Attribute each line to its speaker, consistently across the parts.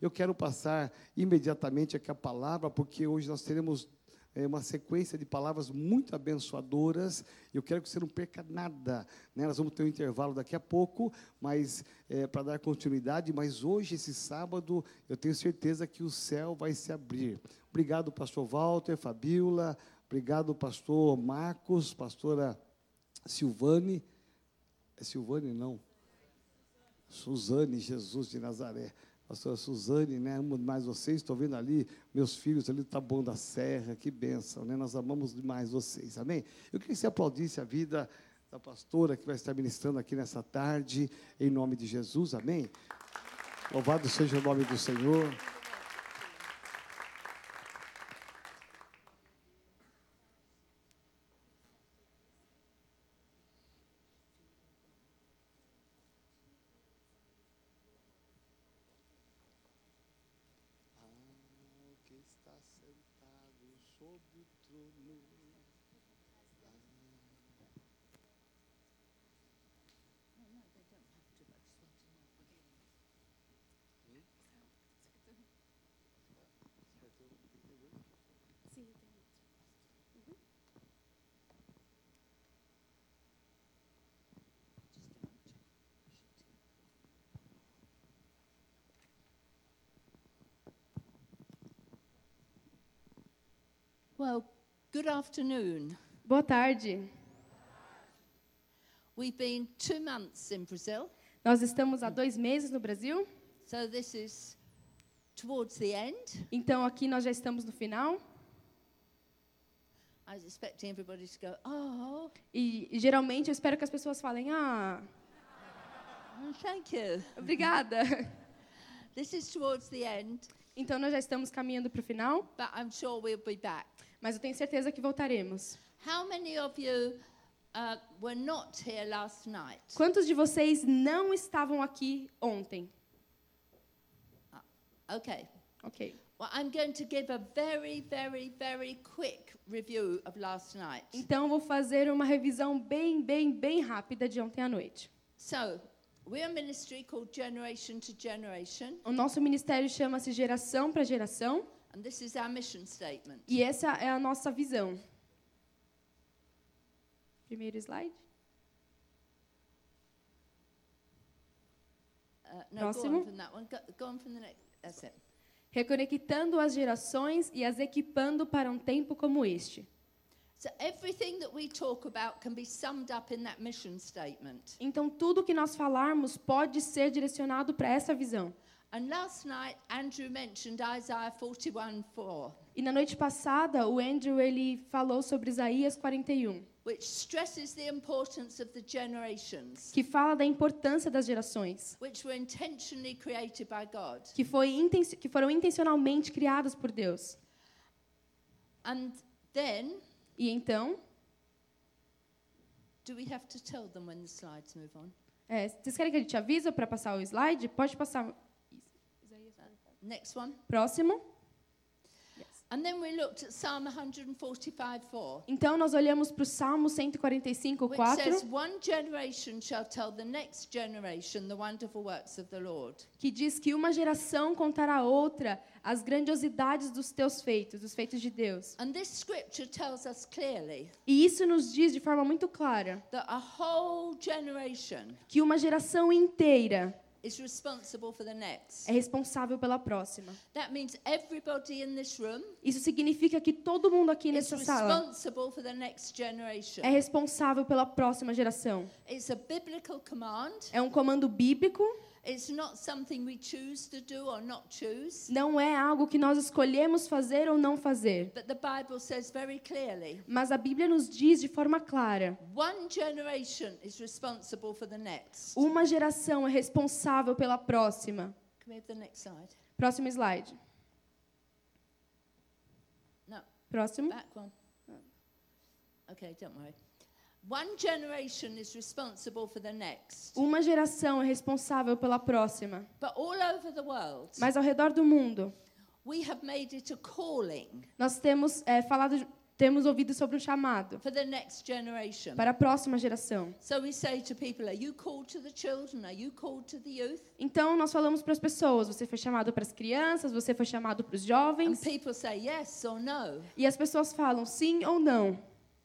Speaker 1: Eu quero passar imediatamente aqui a palavra, porque hoje nós teremos é, uma sequência de palavras muito abençoadoras. Eu quero que você não perca nada. Né? Nós vamos ter um intervalo daqui a pouco, mas é, para dar continuidade. Mas hoje, esse sábado, eu tenho certeza que o céu vai se abrir. Obrigado, pastor Walter, Fabiola. Obrigado, pastor Marcos, pastora Silvane. É Silvane, não? Suzane, Jesus de Nazaré. Pastora Suzane, né? Amo mais vocês. Estou vendo ali meus filhos ali do Taboão da Serra. Que bênção, né? Nós amamos demais vocês. Amém? Eu queria que você aplaudisse a vida da pastora que vai estar ministrando aqui nessa tarde, em nome de Jesus. Amém? Louvado seja o nome do Senhor.
Speaker 2: Well, good afternoon.
Speaker 3: Boa tarde.
Speaker 2: We've been two months in Brazil,
Speaker 3: Nós estamos há dois meses no Brasil,
Speaker 2: so this is towards the end.
Speaker 3: então aqui nós já estamos no final.
Speaker 2: I was expecting everybody to go, oh,
Speaker 3: E e geralmente eu espero que as pessoas falem: Ah,
Speaker 2: mm, thank you.
Speaker 3: obrigada.
Speaker 2: This is towards the end,
Speaker 3: Então nós já estamos caminhando para o final,
Speaker 2: but I'm sure we'll be back.
Speaker 3: mas eu tenho certeza que voltaremos.
Speaker 2: How many of you uh, were not here last night?
Speaker 3: Quantos de vocês não estavam aqui ontem?
Speaker 2: Okay.
Speaker 3: Ok.
Speaker 2: Well, I'm going to give a very, very, very quick review of last night.
Speaker 3: Então vou fazer uma revisão bem, bem, bem rápida de ontem à noite.
Speaker 2: So, we're a ministry called Generation to Generation,
Speaker 3: O nosso ministério chama-se Geração para Geração
Speaker 2: and this is our mission statement.
Speaker 3: e essa é a nossa visão. Primeiro slide.
Speaker 2: Uh, no, go on
Speaker 3: Próximo.
Speaker 2: from that one. Go, go on from the next. That's it.
Speaker 3: reconectando as gerações e as equipando para um tempo como este.
Speaker 2: So everything that we talk about can be summed up in that mission statement.
Speaker 3: Então, tudo que nós falarmos pode ser direcionado para essa visão.
Speaker 2: And last night, Andrew mentioned Isaiah 41:4,
Speaker 3: E na noite passada, o Andrew ele falou sobre Isaías 41,
Speaker 2: which stresses the importance of the generations,
Speaker 3: que fala da importância das gerações,
Speaker 2: which were intentionally created by God.
Speaker 3: que, foi inten- que foram intencionalmente criadas por Deus.
Speaker 2: And then,
Speaker 3: E então,
Speaker 2: do we have to tell them when the slides move on?
Speaker 3: é, vocês querem que a gente avisa para passar o slide? Pode passar.
Speaker 2: Next one.
Speaker 3: Próximo.
Speaker 2: And then we looked at Psalm 145:4,
Speaker 3: Então, nós olhamos para o Salmo 145,
Speaker 2: which
Speaker 3: 4.
Speaker 2: says, "One generation shall tell the next generation the wonderful works of the Lord."
Speaker 3: que diz que uma geração contará a outra as grandiosidades dos teus feitos, dos feitos de Deus.
Speaker 2: And this scripture tells us clearly
Speaker 3: E isso nos diz de forma muito clara
Speaker 2: that a whole generation
Speaker 3: que uma geração inteira
Speaker 2: is responsible for the next.
Speaker 3: é responsável pela próxima.
Speaker 2: That means everybody in this room
Speaker 3: Isso significa que todo mundo aqui
Speaker 2: is
Speaker 3: nessa sala
Speaker 2: responsible for the next generation.
Speaker 3: é responsável pela próxima geração.
Speaker 2: It's a biblical command.
Speaker 3: É um comando bíblico,
Speaker 2: It's not something we choose to do or not choose.
Speaker 3: não é algo que nós escolhemos fazer ou não fazer.
Speaker 2: But the Bible says very clearly
Speaker 3: Mas a Bíblia nos diz de forma clara:
Speaker 2: one generation is responsible for the next.
Speaker 3: uma geração é responsável pela próxima.
Speaker 2: Can we have the next slide?
Speaker 3: Próximo slide.
Speaker 2: No,
Speaker 3: Próximo.
Speaker 2: back one. Okay, don't worry. One generation is responsible for the next.
Speaker 3: Uma geração é responsável pela próxima,
Speaker 2: But all over the world,
Speaker 3: mas ao redor do mundo
Speaker 2: we have made it a calling
Speaker 3: nós temos é, falado temos ouvido sobre um chamado
Speaker 2: for the next generation.
Speaker 3: para a próxima geração.
Speaker 2: So we say to people, Are you called to the children? Are you called to the youth?
Speaker 3: Então nós falamos para as pessoas: você foi chamado para as crianças, você foi chamado para os
Speaker 2: And
Speaker 3: jovens,
Speaker 2: people say yes or no.
Speaker 3: e as pessoas falam sim ou não.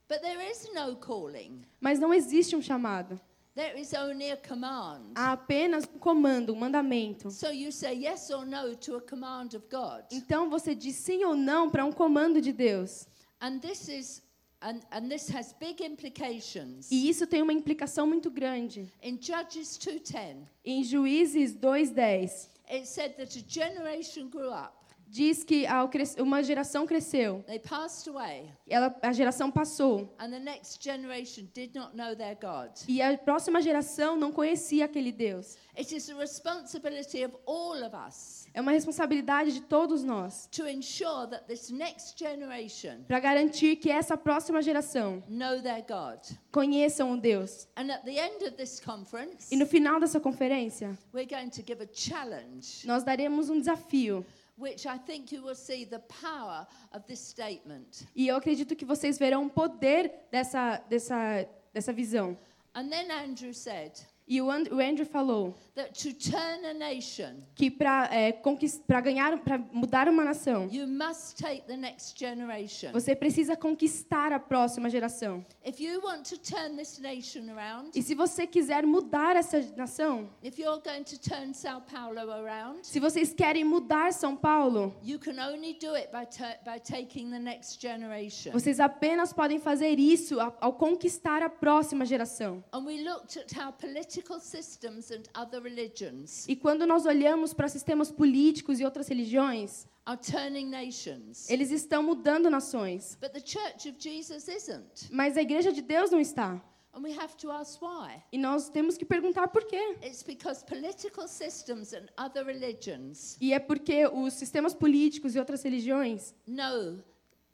Speaker 2: But there is no calling,
Speaker 3: Mas não existe um chamado.
Speaker 2: there is only a command.
Speaker 3: Há apenas um comando, um mandamento.
Speaker 2: So you say yes or no to a command of God.
Speaker 3: Então você diz sim ou não para um comando de Deus.
Speaker 2: And this is and, and this has big implications.
Speaker 3: E isso tem uma implicação muito grande.
Speaker 2: In Judges 2:10,
Speaker 3: Em Juízes 2:10
Speaker 2: it said that a generation grew up.
Speaker 3: diz que ao cres- uma geração cresceu,
Speaker 2: They passed away,
Speaker 3: ela, a geração passou
Speaker 2: and the next generation did not know their God.
Speaker 3: e a próxima geração não conhecia aquele Deus.
Speaker 2: It is the responsibility of all of us
Speaker 3: É uma responsabilidade de todos nós
Speaker 2: to ensure that this next generation
Speaker 3: para garantir que essa próxima geração
Speaker 2: know their God.
Speaker 3: conheçam o Deus.
Speaker 2: And at the end of this conference,
Speaker 3: E no final dessa conferência,
Speaker 2: we're going to give a challenge,
Speaker 3: nós daremos um desafio.
Speaker 2: which I think you will see the power of this statement.
Speaker 3: E eu acredito que vocês verão o poder dessa, dessa, dessa visão.
Speaker 2: And then Andrew said
Speaker 3: E o And- o Andrew falou
Speaker 2: that to turn a nation,
Speaker 3: que para é, conquis- pra ganhar, para mudar uma nação,
Speaker 2: you must take the next generation.
Speaker 3: você precisa conquistar a próxima geração.
Speaker 2: If you want to turn this nation around,
Speaker 3: E se você quiser mudar essa nação,
Speaker 2: if you're going to turn Sao Paulo around,
Speaker 3: se vocês querem mudar São Paulo,
Speaker 2: you can only do it by, ta- by taking the next generation.
Speaker 3: vocês apenas podem fazer isso a- ao conquistar a próxima geração.
Speaker 2: And we looked at how political systems and other religions
Speaker 3: E quando nós olhamos para sistemas políticos e outras religiões,
Speaker 2: are turning nations.
Speaker 3: eles estão mudando nações.
Speaker 2: But the church of Jesus isn't.
Speaker 3: Mas a igreja de Deus não está.
Speaker 2: And we have to ask why.
Speaker 3: E nós temos que perguntar por quê.
Speaker 2: It's because political systems and other religions
Speaker 3: E é porque os sistemas políticos e outras religiões,
Speaker 2: know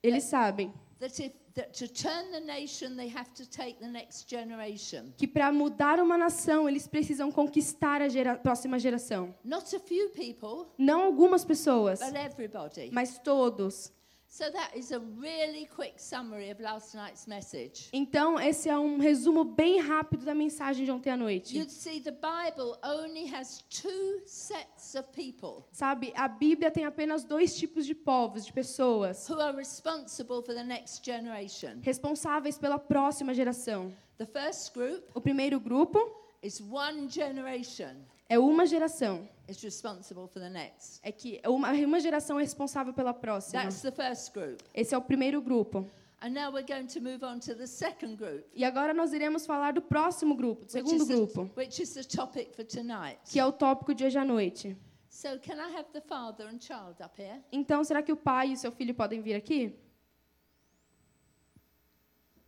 Speaker 3: eles sabem
Speaker 2: that if that to turn the nation they have to take the next generation.
Speaker 3: que para mudar uma nação, eles precisam conquistar a gera- próxima geração.
Speaker 2: Not a few people,
Speaker 3: Não algumas pessoas,
Speaker 2: but everybody.
Speaker 3: mas todos.
Speaker 2: So that is a really quick summary of last night's message.
Speaker 3: Então, esse é um resumo bem rápido da mensagem de ontem à noite.
Speaker 2: You'd see the Bible only has two sets of people
Speaker 3: Sabe, a Bíblia tem apenas dois tipos de povos, de pessoas,
Speaker 2: who are responsible for the next generation.
Speaker 3: responsáveis pela próxima geração.
Speaker 2: The first group
Speaker 3: O primeiro grupo
Speaker 2: is one generation
Speaker 3: é uma geração,
Speaker 2: is responsible for the next.
Speaker 3: é que uma, uma geração é responsável pela próxima.
Speaker 2: That's the first group.
Speaker 3: Esse é o primeiro grupo.
Speaker 2: And now we're going to move on to the second group,
Speaker 3: E agora nós iremos falar do próximo grupo, do
Speaker 2: which
Speaker 3: segundo
Speaker 2: is the-
Speaker 3: grupo,
Speaker 2: which is the topic for tonight.
Speaker 3: que é o tópico de hoje à noite.
Speaker 2: So can I have the father and child up here?
Speaker 3: Então, será que o pai e o seu filho podem vir aqui?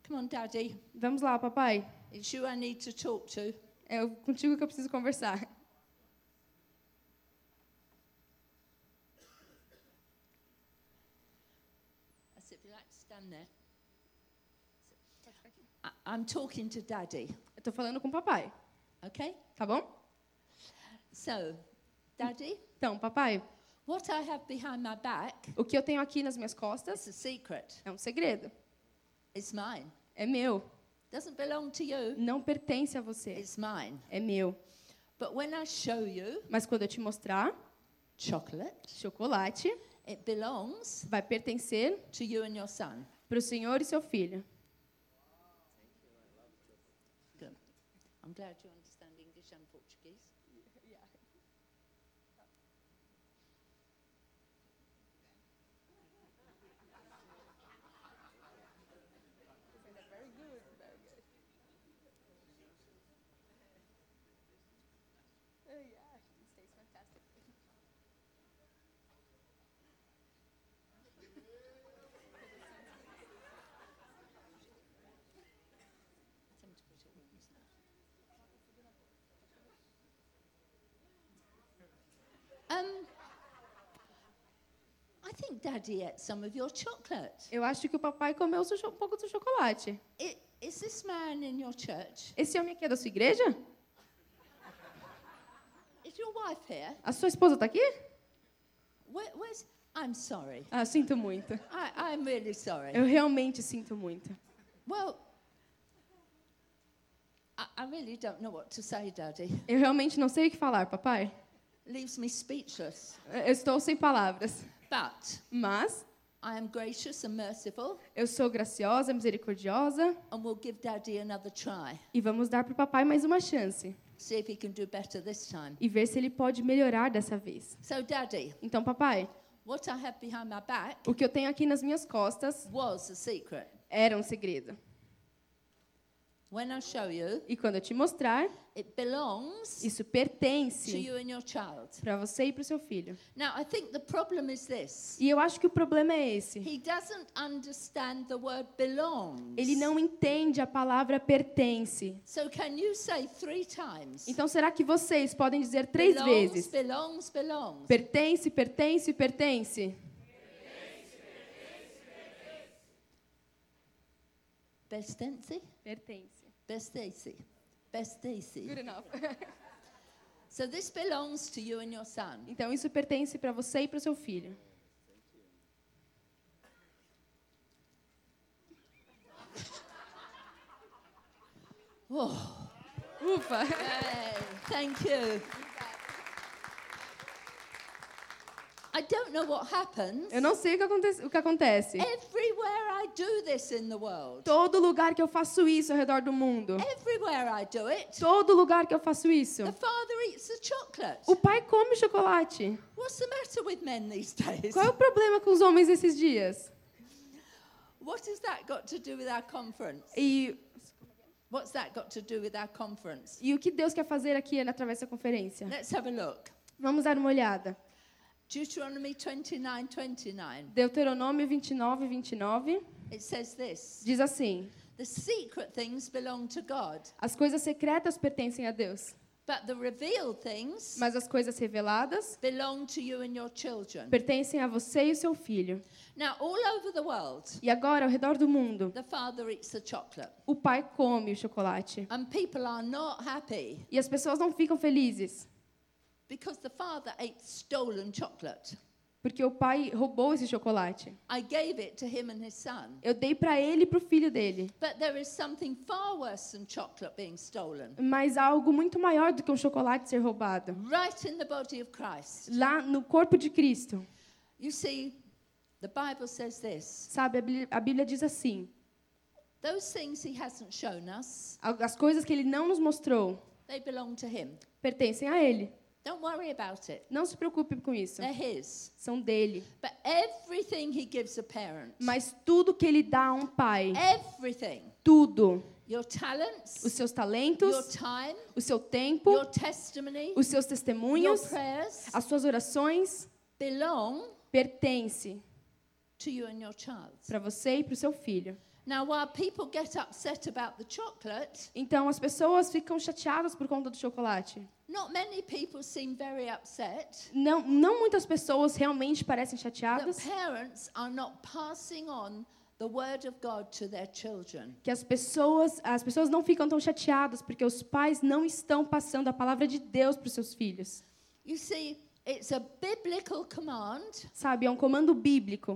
Speaker 2: Come on, Daddy.
Speaker 3: Vamos lá, papai.
Speaker 2: It's you I need to talk to.
Speaker 3: É eu- contigo que eu preciso conversar.
Speaker 2: I said, if you like to stand there. I, I'm talking to Daddy.
Speaker 3: Eu tô falando com o papai,
Speaker 2: Okay?
Speaker 3: tá bom?
Speaker 2: So, Daddy,
Speaker 3: Então, papai,
Speaker 2: what I have behind my back
Speaker 3: o que eu tenho aqui nas minhas costas
Speaker 2: is a secret.
Speaker 3: é um segredo.
Speaker 2: It's mine.
Speaker 3: É meu.
Speaker 2: Doesn't belong to you.
Speaker 3: Não pertence a você.
Speaker 2: It's mine.
Speaker 3: É meu.
Speaker 2: But when I show you
Speaker 3: Mas quando eu te mostrar,
Speaker 2: chocolate,
Speaker 3: chocolate
Speaker 2: it belongs
Speaker 3: vai pertencer
Speaker 2: to you and your son.
Speaker 3: para o senhor e seu filho.
Speaker 2: Good. I'm glad you understand English and Portuguese. Um, I think Daddy ate some of your chocolate.
Speaker 3: Eu acho que o papai comeu o seu cho- um pouco do chocolate.
Speaker 2: I- Is this man in your church?
Speaker 3: Esse homem aqui é da sua igreja?
Speaker 2: Is your wife here?
Speaker 3: A sua esposa tá aqui?
Speaker 2: Where, where's I'm sorry.
Speaker 3: Ah, sinto muito.
Speaker 2: I, I'm really sorry.
Speaker 3: Eu realmente sinto muito.
Speaker 2: Well, I, I really don't know what to say, Daddy.
Speaker 3: Eu realmente não sei o que falar, papai.
Speaker 2: Leaves me speechless.
Speaker 3: Eu estou sem palavras.
Speaker 2: But
Speaker 3: Mas
Speaker 2: I am gracious and merciful
Speaker 3: eu sou graciosa, misericordiosa
Speaker 2: and will give Daddy another try.
Speaker 3: e vamos dar para o papai mais uma chance
Speaker 2: See if he can do better this time.
Speaker 3: e ver se ele pode melhorar dessa vez.
Speaker 2: So, Daddy,
Speaker 3: Então, papai,
Speaker 2: what I have behind my back
Speaker 3: o que eu tenho aqui nas minhas costas
Speaker 2: was a secret.
Speaker 3: era um segredo.
Speaker 2: When I show you,
Speaker 3: E quando eu te mostrar,
Speaker 2: it belongs
Speaker 3: isso
Speaker 2: to
Speaker 3: pertence
Speaker 2: you and your child.
Speaker 3: para você e para o seu filho.
Speaker 2: Now, I think the problem is this.
Speaker 3: E eu acho que o problema é esse.
Speaker 2: He doesn't understand the word belongs.
Speaker 3: Ele não entende a palavra pertence.
Speaker 2: So can you say three times?
Speaker 3: Então, será que vocês podem dizer três
Speaker 2: belongs,
Speaker 3: vezes?
Speaker 2: Belongs, belongs.
Speaker 3: Pertence, pertence, pertence.
Speaker 2: Bestensi,
Speaker 3: Pertence.
Speaker 2: bestesi, bestesi.
Speaker 3: Good enough.
Speaker 2: So this belongs to you and your son.
Speaker 3: Então, isso pertence para você e para o seu filho.
Speaker 2: Oh,
Speaker 3: Ufa!
Speaker 2: yay, thank you. I don't know what happens.
Speaker 3: Eu não sei o que acontece. O que acontece.
Speaker 2: Everywhere I do this in the world,
Speaker 3: Todo lugar que eu faço isso ao redor do mundo,
Speaker 2: everywhere I do it,
Speaker 3: todo lugar que eu faço isso,
Speaker 2: the father eats the chocolate.
Speaker 3: o pai come chocolate.
Speaker 2: What's the matter with men these days?
Speaker 3: Qual é o problema com os homens esses dias?
Speaker 2: What has that got to do with our conference?
Speaker 3: E,
Speaker 2: What's that got to do with our conference?
Speaker 3: e o que Deus quer fazer aqui através da conferência?
Speaker 2: Let's have a look.
Speaker 3: Vamos dar uma olhada.
Speaker 2: Deuteronomy 29 29.
Speaker 3: Deuteronômio 29, 29
Speaker 2: It says this
Speaker 3: diz assim:
Speaker 2: The secret things belong to God,
Speaker 3: As coisas secretas pertencem a Deus,
Speaker 2: but the revealed things
Speaker 3: mas as coisas reveladas
Speaker 2: belong to you and your children.
Speaker 3: pertencem a você e o seu filho.
Speaker 2: Now, all over the world,
Speaker 3: E agora, ao redor do mundo,
Speaker 2: the father eats the chocolate,
Speaker 3: o pai come o chocolate.
Speaker 2: and people are not happy
Speaker 3: E as pessoas não ficam felizes,
Speaker 2: because the father ate stolen chocolate.
Speaker 3: porque o pai roubou esse chocolate.
Speaker 2: I gave it to him and his son.
Speaker 3: Eu dei para ele e para o filho dele.
Speaker 2: But there is something far worse than chocolate being stolen.
Speaker 3: Mas há algo muito maior do que um chocolate ser roubado.
Speaker 2: Right in the body of Christ.
Speaker 3: Lá no corpo de Cristo,
Speaker 2: You see, the Bible says this
Speaker 3: sabe, a Bíblia- a Bíblia diz assim:
Speaker 2: those things he hasn't shown us,
Speaker 3: as coisas que ele não nos mostrou
Speaker 2: they belong to him.
Speaker 3: pertencem a ele.
Speaker 2: Don't worry about it.
Speaker 3: Não se preocupe com isso.
Speaker 2: They're his.
Speaker 3: São dele.
Speaker 2: But everything he gives a parent,
Speaker 3: Mas tudo que ele dá a um pai,
Speaker 2: É. everything,
Speaker 3: tudo,
Speaker 2: your
Speaker 3: os
Speaker 2: talents,
Speaker 3: seus
Speaker 2: your
Speaker 3: talentos,
Speaker 2: time,
Speaker 3: o seu tempo,
Speaker 2: your testimony,
Speaker 3: os seus
Speaker 2: your
Speaker 3: testemunhos,
Speaker 2: prayers,
Speaker 3: as suas orações,
Speaker 2: belong
Speaker 3: pertence
Speaker 2: to you and your child.
Speaker 3: para você e para o seu filho.
Speaker 2: Now, while people get upset about the chocolate,
Speaker 3: Então as pessoas ficam chateadas por conta do chocolate.
Speaker 2: not many people seem very upset
Speaker 3: Não, não muitas pessoas realmente parecem
Speaker 2: that
Speaker 3: chateadas
Speaker 2: parents are not passing on the word of God to their children.
Speaker 3: que as pessoas, as pessoas não ficam tão chateadas porque os pais não estão passando a palavra de Deus para os seus filhos.
Speaker 2: You see, it's a biblical command
Speaker 3: Sabe, é um comando bíblico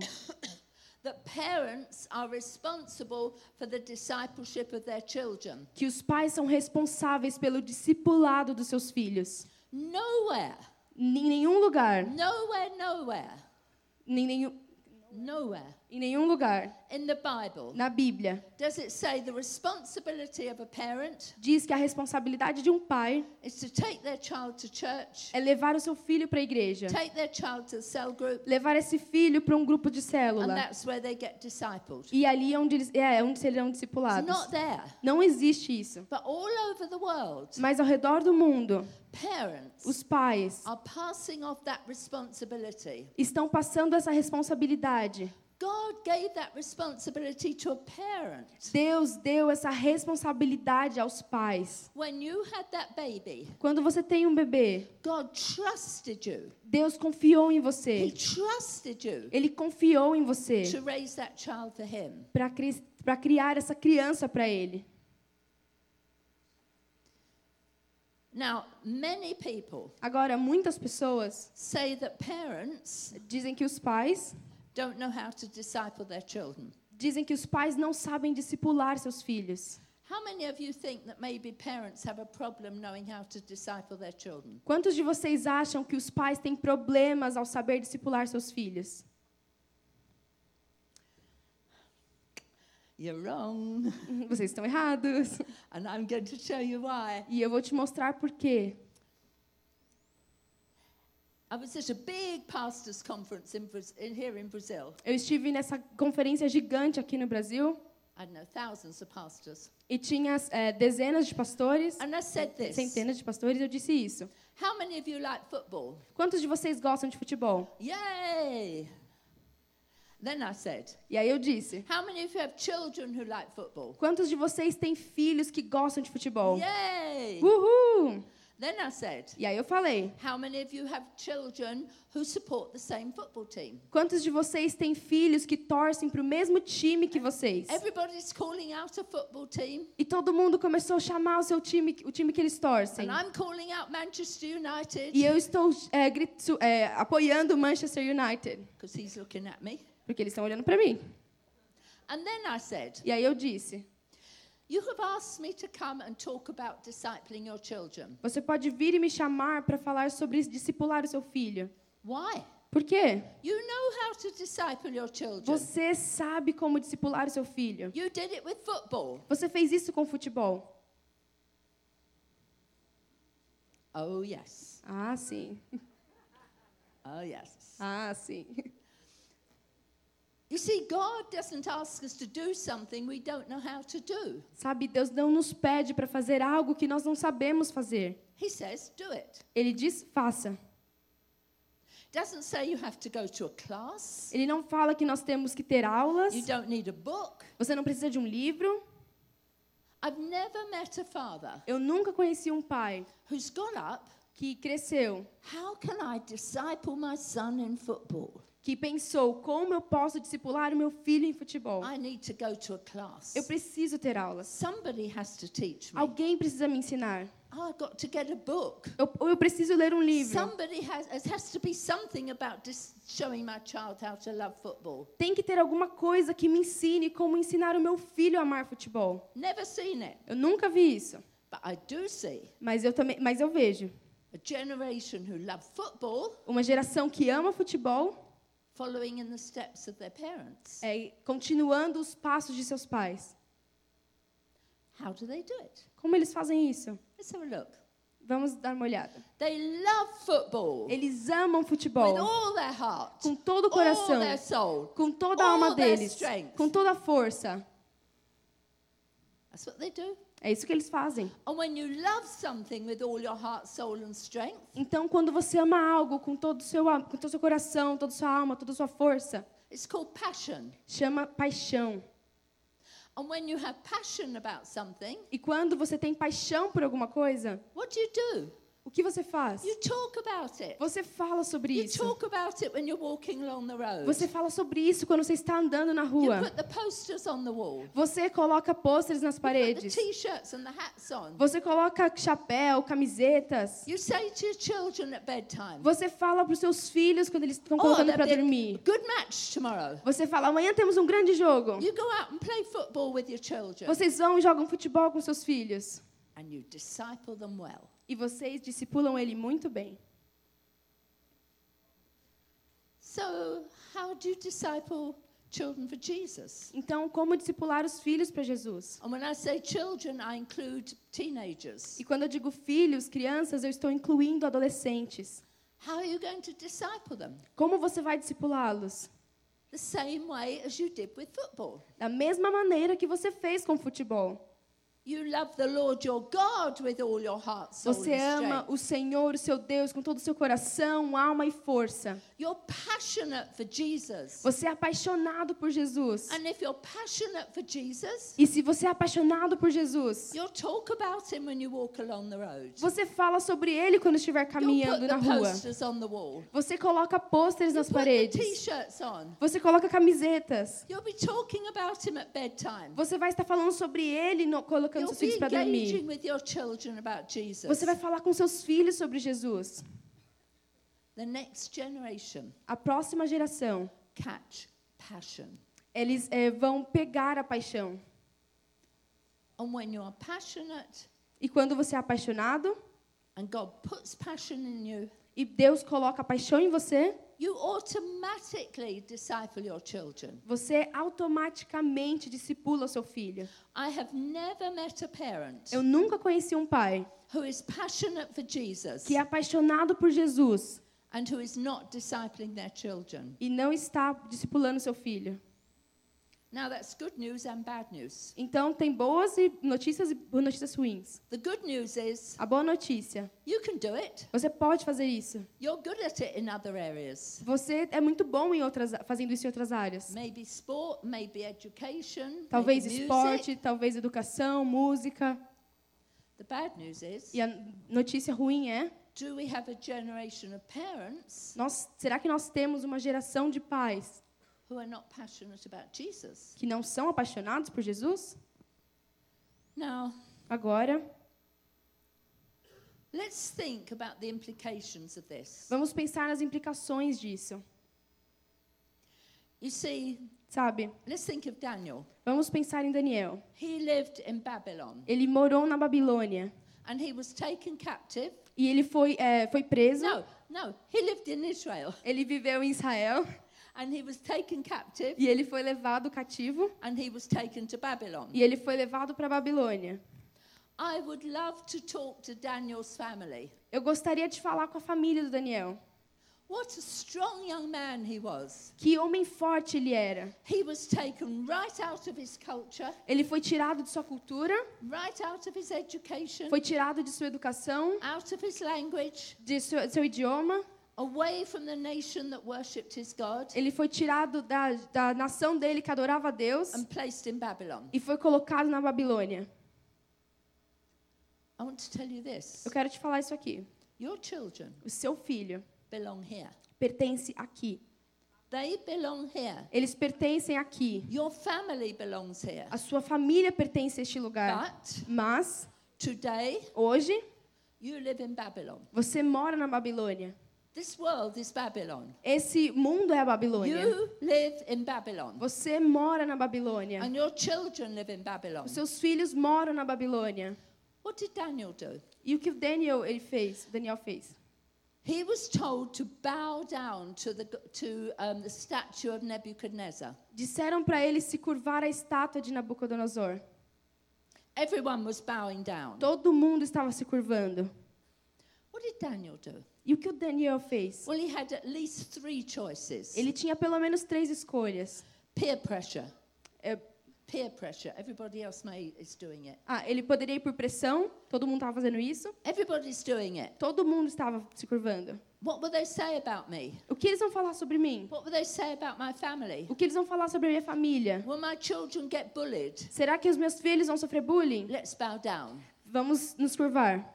Speaker 2: that parents are responsible for the discipleship of their children.
Speaker 3: que os pais são responsáveis pelo discipulado dos seus filhos.
Speaker 2: Nowhere,
Speaker 3: Em nenhum lugar,
Speaker 2: nowhere, nowhere,
Speaker 3: em nenhum,
Speaker 2: nowhere
Speaker 3: em nenhum lugar
Speaker 2: in the Bible
Speaker 3: na Bíblia
Speaker 2: does it say the responsibility of a parent
Speaker 3: diz que a responsabilidade de um pai
Speaker 2: is to take their child to church,
Speaker 3: é levar o seu filho para a igreja,
Speaker 2: take their child to the cell group,
Speaker 3: levar esse filho para um grupo de
Speaker 2: and
Speaker 3: célula
Speaker 2: that's where they get discipled.
Speaker 3: e ali é onde eles é onde serão
Speaker 2: It's
Speaker 3: discipulados.
Speaker 2: not there.
Speaker 3: Não existe isso.
Speaker 2: But all over the world,
Speaker 3: Mas ao redor do mundo,
Speaker 2: parents
Speaker 3: os pais
Speaker 2: are passing off that responsibility.
Speaker 3: estão passando essa responsabilidade.
Speaker 2: God gave that responsibility to a parent.
Speaker 3: Deus deu essa responsabilidade aos pais.
Speaker 2: When you had that baby,
Speaker 3: Quando você tem um bebê,
Speaker 2: God trusted you.
Speaker 3: Deus confiou em
Speaker 2: He
Speaker 3: você.
Speaker 2: trusted you
Speaker 3: Ele confiou em você
Speaker 2: to raise that child for Him.
Speaker 3: para cri pra criar essa criança para ele.
Speaker 2: Now, many people
Speaker 3: Agora, muitas pessoas
Speaker 2: say that parents
Speaker 3: dizem que os pais
Speaker 2: don't know how to disciple their children.
Speaker 3: dizem que os pais não sabem discipular seus filhos.
Speaker 2: How many of you think that maybe parents have a problem knowing how to disciple their children?
Speaker 3: Quantos de vocês acham que os pais têm problemas ao saber discipular seus filhos?
Speaker 2: You're wrong.
Speaker 3: Vocês estão errados.
Speaker 2: And I'm going to show you why.
Speaker 3: E eu vou te mostrar por quê.
Speaker 2: I was at a big pastors' conference in, Braz- in here in Brazil.
Speaker 3: Eu estive nessa conferência gigante aqui no Brasil
Speaker 2: I don't know, thousands of pastors.
Speaker 3: e tinha eh, dezenas de pastores,
Speaker 2: And I said this
Speaker 3: centenas de pastores. e Eu disse isso.
Speaker 2: How many of you like football?
Speaker 3: Quantos de vocês gostam de futebol?
Speaker 2: Yay! Then I said,
Speaker 3: E aí eu disse.
Speaker 2: How many of you have children who like football?
Speaker 3: Quantos de vocês têm filhos que gostam de futebol?
Speaker 2: Yay!
Speaker 3: Uhul!
Speaker 2: Then I said,
Speaker 3: E aí eu falei.
Speaker 2: How many of you have children who support the same football team?
Speaker 3: Quantos de vocês têm filhos que torcem para o mesmo time que vocês?
Speaker 2: É Everybody's calling out a football team,
Speaker 3: E todo mundo começou a chamar o seu time, o time que eles torcem.
Speaker 2: and I'm calling out Manchester United
Speaker 3: E eu estou é, grito, é, apoiando o Manchester United,
Speaker 2: because he's looking at me.
Speaker 3: porque eles estão olhando para mim.
Speaker 2: And then I said,
Speaker 3: E aí eu disse:
Speaker 2: You have asked me to come and talk about discipling your children.
Speaker 3: Você pode vir e me chamar para falar sobre discipular o seu filho.
Speaker 2: Why?
Speaker 3: Por quê?
Speaker 2: You know how to disciple your children.
Speaker 3: Você sabe como discipular o seu filho.
Speaker 2: You did it with football.
Speaker 3: Você fez isso com futebol?
Speaker 2: Oh, yes.
Speaker 3: Ah, sim.
Speaker 2: Oh, yes.
Speaker 3: Ah, sim.
Speaker 2: You see, God doesn't ask us to do something we don't know how to do.
Speaker 3: Sabe, Deus não nos pede para fazer algo que nós não sabemos fazer.
Speaker 2: He says, Do it.
Speaker 3: Ele diz: faça.
Speaker 2: Doesn't say you have to go to a class.
Speaker 3: Ele não fala que nós temos que ter aulas.
Speaker 2: You don't need a book.
Speaker 3: Você não precisa de um livro.
Speaker 2: I've never met a father
Speaker 3: Eu nunca conheci um pai
Speaker 2: who's gone up.
Speaker 3: que cresceu,
Speaker 2: How can I disciple my son in football?
Speaker 3: que pensou como eu posso discipular o meu filho em futebol.
Speaker 2: I need to go to a class.
Speaker 3: Eu preciso ter aulas.
Speaker 2: Somebody has to teach me.
Speaker 3: Alguém precisa me ensinar.
Speaker 2: Oh, I've got to get a book.
Speaker 3: Eu, ou eu preciso ler um livro.
Speaker 2: Somebody has, there has to be something about dis- showing my child how to love football.
Speaker 3: Tem que ter alguma coisa que me ensine como ensinar o meu filho a amar futebol.
Speaker 2: Never seen it,
Speaker 3: Eu nunca vi isso,
Speaker 2: but I do see
Speaker 3: mas eu também, mas eu vejo
Speaker 2: a generation who love football
Speaker 3: uma geração que ama futebol
Speaker 2: following in the steps of their parents.
Speaker 3: é, continuando os passos de seus pais.
Speaker 2: How do they do it?
Speaker 3: Como eles fazem isso?
Speaker 2: Let's have a look.
Speaker 3: Vamos dar uma olhada.
Speaker 2: They love football
Speaker 3: Eles amam
Speaker 2: with
Speaker 3: futebol
Speaker 2: all their heart,
Speaker 3: com todo o
Speaker 2: all
Speaker 3: coração.
Speaker 2: their soul.
Speaker 3: com toda a
Speaker 2: All
Speaker 3: alma
Speaker 2: their
Speaker 3: deles,
Speaker 2: strength.
Speaker 3: com toda a força.
Speaker 2: That's what they do.
Speaker 3: É isso que eles fazem.
Speaker 2: And when you love something with all your heart, soul, and strength,
Speaker 3: Então, quando você ama algo com todo o seu, a- com todo o seu coração, toda a sua alma, toda a sua força,
Speaker 2: it's called passion.
Speaker 3: chama paixão.
Speaker 2: And when you have passion about something,
Speaker 3: E quando você tem paixão por alguma coisa,
Speaker 2: what do you do?
Speaker 3: o que você faz?
Speaker 2: You talk about it.
Speaker 3: Você fala sobre
Speaker 2: You
Speaker 3: isso.
Speaker 2: talk about it when you're walking along the road.
Speaker 3: Você fala sobre isso quando você está andando na
Speaker 2: you
Speaker 3: rua.
Speaker 2: put the posters on the wall.
Speaker 3: Você coloca pôsteres nas
Speaker 2: You put the
Speaker 3: paredes.
Speaker 2: t-shirts and the hats on.
Speaker 3: Você coloca chapéu, camisetas.
Speaker 2: You say to your children at bedtime,
Speaker 3: Você fala para os seus filhos quando eles estão
Speaker 2: "Oh,
Speaker 3: colocando para
Speaker 2: there'll be a
Speaker 3: dormir.
Speaker 2: good match tomorrow."
Speaker 3: Você fala: amanhã temos um grande jogo.
Speaker 2: You go out and play football with your children,
Speaker 3: Vocês vão e jogam futebol com seus filhos.
Speaker 2: and you disciple them well.
Speaker 3: E vocês discipulam ele muito bem.
Speaker 2: So, how do you disciple children for Jesus?
Speaker 3: Então, como discipular os filhos para Jesus?
Speaker 2: And when I say children, I include teenagers.
Speaker 3: E quando eu digo filhos, crianças, eu estou incluindo adolescentes.
Speaker 2: How are you going to disciple them?
Speaker 3: Como você vai discipulá-los?
Speaker 2: The same way as you did with football.
Speaker 3: Da mesma maneira que você fez com o futebol.
Speaker 2: You love the Lord your God with all your heart, soul,
Speaker 3: Você
Speaker 2: and
Speaker 3: ama
Speaker 2: strength.
Speaker 3: o Senhor, o seu Deus, com todo o seu coração, alma e força.
Speaker 2: You're passionate for Jesus.
Speaker 3: Você é apaixonado por Jesus.
Speaker 2: And if you're passionate for Jesus,
Speaker 3: E se você é apaixonado por Jesus,
Speaker 2: you'll talk about him when you walk along the road.
Speaker 3: você fala sobre ele quando estiver
Speaker 2: You'll
Speaker 3: caminhando
Speaker 2: put
Speaker 3: na
Speaker 2: the
Speaker 3: rua.
Speaker 2: posters on the wall.
Speaker 3: Você coloca pôsteres nas
Speaker 2: You'll put the
Speaker 3: paredes.
Speaker 2: t-shirts on.
Speaker 3: Você coloca camisetas.
Speaker 2: You'll be talking about him at bedtime.
Speaker 3: Você vai estar falando sobre ele, no- colocando
Speaker 2: You'll
Speaker 3: seus
Speaker 2: be
Speaker 3: filhos para
Speaker 2: engaging
Speaker 3: dormir.
Speaker 2: with your children about Jesus.
Speaker 3: Você vai falar com seus filhos sobre Jesus.
Speaker 2: The next generation
Speaker 3: A próxima geração,
Speaker 2: catch passion.
Speaker 3: eles eh, vão pegar a paixão.
Speaker 2: And when you are passionate
Speaker 3: E quando você é apaixonado
Speaker 2: and God puts passion in you,
Speaker 3: e Deus coloca a paixão em você,
Speaker 2: you automatically disciple your children.
Speaker 3: você automaticamente discipula o seu filho.
Speaker 2: I have never met a parent
Speaker 3: Eu nunca conheci um pai
Speaker 2: who is passionate for Jesus
Speaker 3: que é apaixonado por Jesus
Speaker 2: and who is not discipling their children.
Speaker 3: e não está discipulando seu filho.
Speaker 2: Now, that's good news and bad news.
Speaker 3: Então tem boas e- notícias e boas notícias ruins.
Speaker 2: The good news is
Speaker 3: A boa notícia,
Speaker 2: you can do it.
Speaker 3: você pode fazer isso.
Speaker 2: You're good at it in other areas.
Speaker 3: Você é muito bom em outras, fazendo isso em outras áreas.
Speaker 2: Maybe sport, maybe education,
Speaker 3: Talvez
Speaker 2: maybe
Speaker 3: esporte,
Speaker 2: music.
Speaker 3: talvez educação, música.
Speaker 2: The bad news is,
Speaker 3: E a notícia ruim é:
Speaker 2: do we have a generation of parents
Speaker 3: nós, será que nós temos uma geração de pais
Speaker 2: who are not passionate about Jesus?
Speaker 3: que não são apaixonados por Jesus?
Speaker 2: Now,
Speaker 3: Agora,
Speaker 2: let's think about the implications of this.
Speaker 3: vamos pensar nas implicações disso,
Speaker 2: You see,
Speaker 3: sabe?
Speaker 2: let's think of Daniel.
Speaker 3: Vamos pensar em Daniel.
Speaker 2: He lived in Babylon
Speaker 3: Ele morou na Babilônia
Speaker 2: and he was taken captive.
Speaker 3: e ele foi, é, foi preso.
Speaker 2: No, no, he lived in Israel
Speaker 3: Ele viveu em Israel
Speaker 2: and he was taken captive
Speaker 3: e ele foi levado cativo
Speaker 2: and he was taken to Babylon.
Speaker 3: e ele foi levado para a Babilônia.
Speaker 2: I would love to talk to Daniel's family.
Speaker 3: Eu gostaria de falar com a família do Daniel.
Speaker 2: What a strong young man he was.
Speaker 3: Que homem forte ele era.
Speaker 2: He was taken right out of his culture,
Speaker 3: Ele foi tirado de sua cultura,
Speaker 2: right out of his education,
Speaker 3: foi tirado de sua educação,
Speaker 2: out of his language,
Speaker 3: de seu, seu idioma.
Speaker 2: away from the nation that worshipped his God,
Speaker 3: Ele foi tirado da, da nação dele que adorava a Deus
Speaker 2: and placed in Babylon.
Speaker 3: e foi colocado na Babilônia.
Speaker 2: I want to tell you this
Speaker 3: Eu quero te falar isso aqui.
Speaker 2: your children
Speaker 3: O seu filho
Speaker 2: belong here,
Speaker 3: pertence aqui.
Speaker 2: they belong here,
Speaker 3: Eles pertencem aqui.
Speaker 2: your family belongs here.
Speaker 3: A sua família pertence a este lugar.
Speaker 2: But
Speaker 3: Mas,
Speaker 2: today,
Speaker 3: hoje,
Speaker 2: you live in Babylon.
Speaker 3: você mora na Babilônia.
Speaker 2: This world is Babylon.
Speaker 3: Esse mundo é a Babilônia.
Speaker 2: You live in Babylon.
Speaker 3: Você mora na Babilônia.
Speaker 2: And your children live in Babylon.
Speaker 3: Os seus filhos moram na Babilônia.
Speaker 2: What did Daniel do?
Speaker 3: E o que o Daniel ele fez? o Daniel fez.
Speaker 2: He was told to bow down to the, to, um, the statue of Nebuchadnezzar.
Speaker 3: Disseram para ele se curvar à estátua de Nabucodonosor.
Speaker 2: Everyone was bowing down.
Speaker 3: Todo mundo estava se curvando.
Speaker 2: What did Daniel do?
Speaker 3: E o que o Daniel fez?
Speaker 2: Well, he had at least three choices
Speaker 3: Ele tinha pelo menos três escolhas.
Speaker 2: peer pressure. Uh,
Speaker 3: É,
Speaker 2: Peer pressure. Everybody else may, is doing it.
Speaker 3: ah, ele poderia ir por pressão. Todo mundo estava fazendo isso.
Speaker 2: Everybody's doing it.
Speaker 3: Todo mundo estava se curvando.
Speaker 2: What will they say about me?
Speaker 3: O que eles vão falar sobre mim?
Speaker 2: What will they say about my family?
Speaker 3: O que eles vão falar sobre a minha família?
Speaker 2: Will my children get bullied?
Speaker 3: Será que os meus filhos vão sofrer bullying?
Speaker 2: Let's bow down.
Speaker 3: Vamos nos curvar.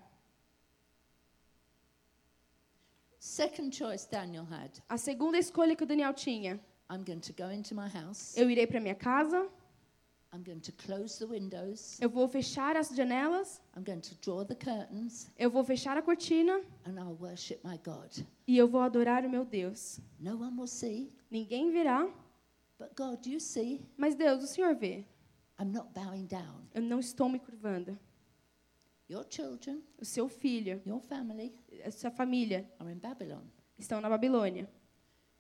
Speaker 2: Second choice Daniel had
Speaker 3: A segunda escolha que o Daniel tinha:
Speaker 2: I'm going to go into my house.
Speaker 3: eu irei para minha casa,
Speaker 2: I'm going to close the windows.
Speaker 3: eu vou fechar as janelas,
Speaker 2: I'm going to draw the curtains
Speaker 3: eu vou fechar a cortina
Speaker 2: and I'll worship my God.
Speaker 3: e eu vou adorar o meu Deus.
Speaker 2: No one will see,
Speaker 3: Ninguém virá,
Speaker 2: but God, you see,
Speaker 3: mas Deus, o Senhor vê.
Speaker 2: I'm not bowing down.
Speaker 3: Eu não estou me curvando.
Speaker 2: Your children,
Speaker 3: O seu filho,
Speaker 2: your family
Speaker 3: a sua família
Speaker 2: are in Babylon.
Speaker 3: estão na Babilônia.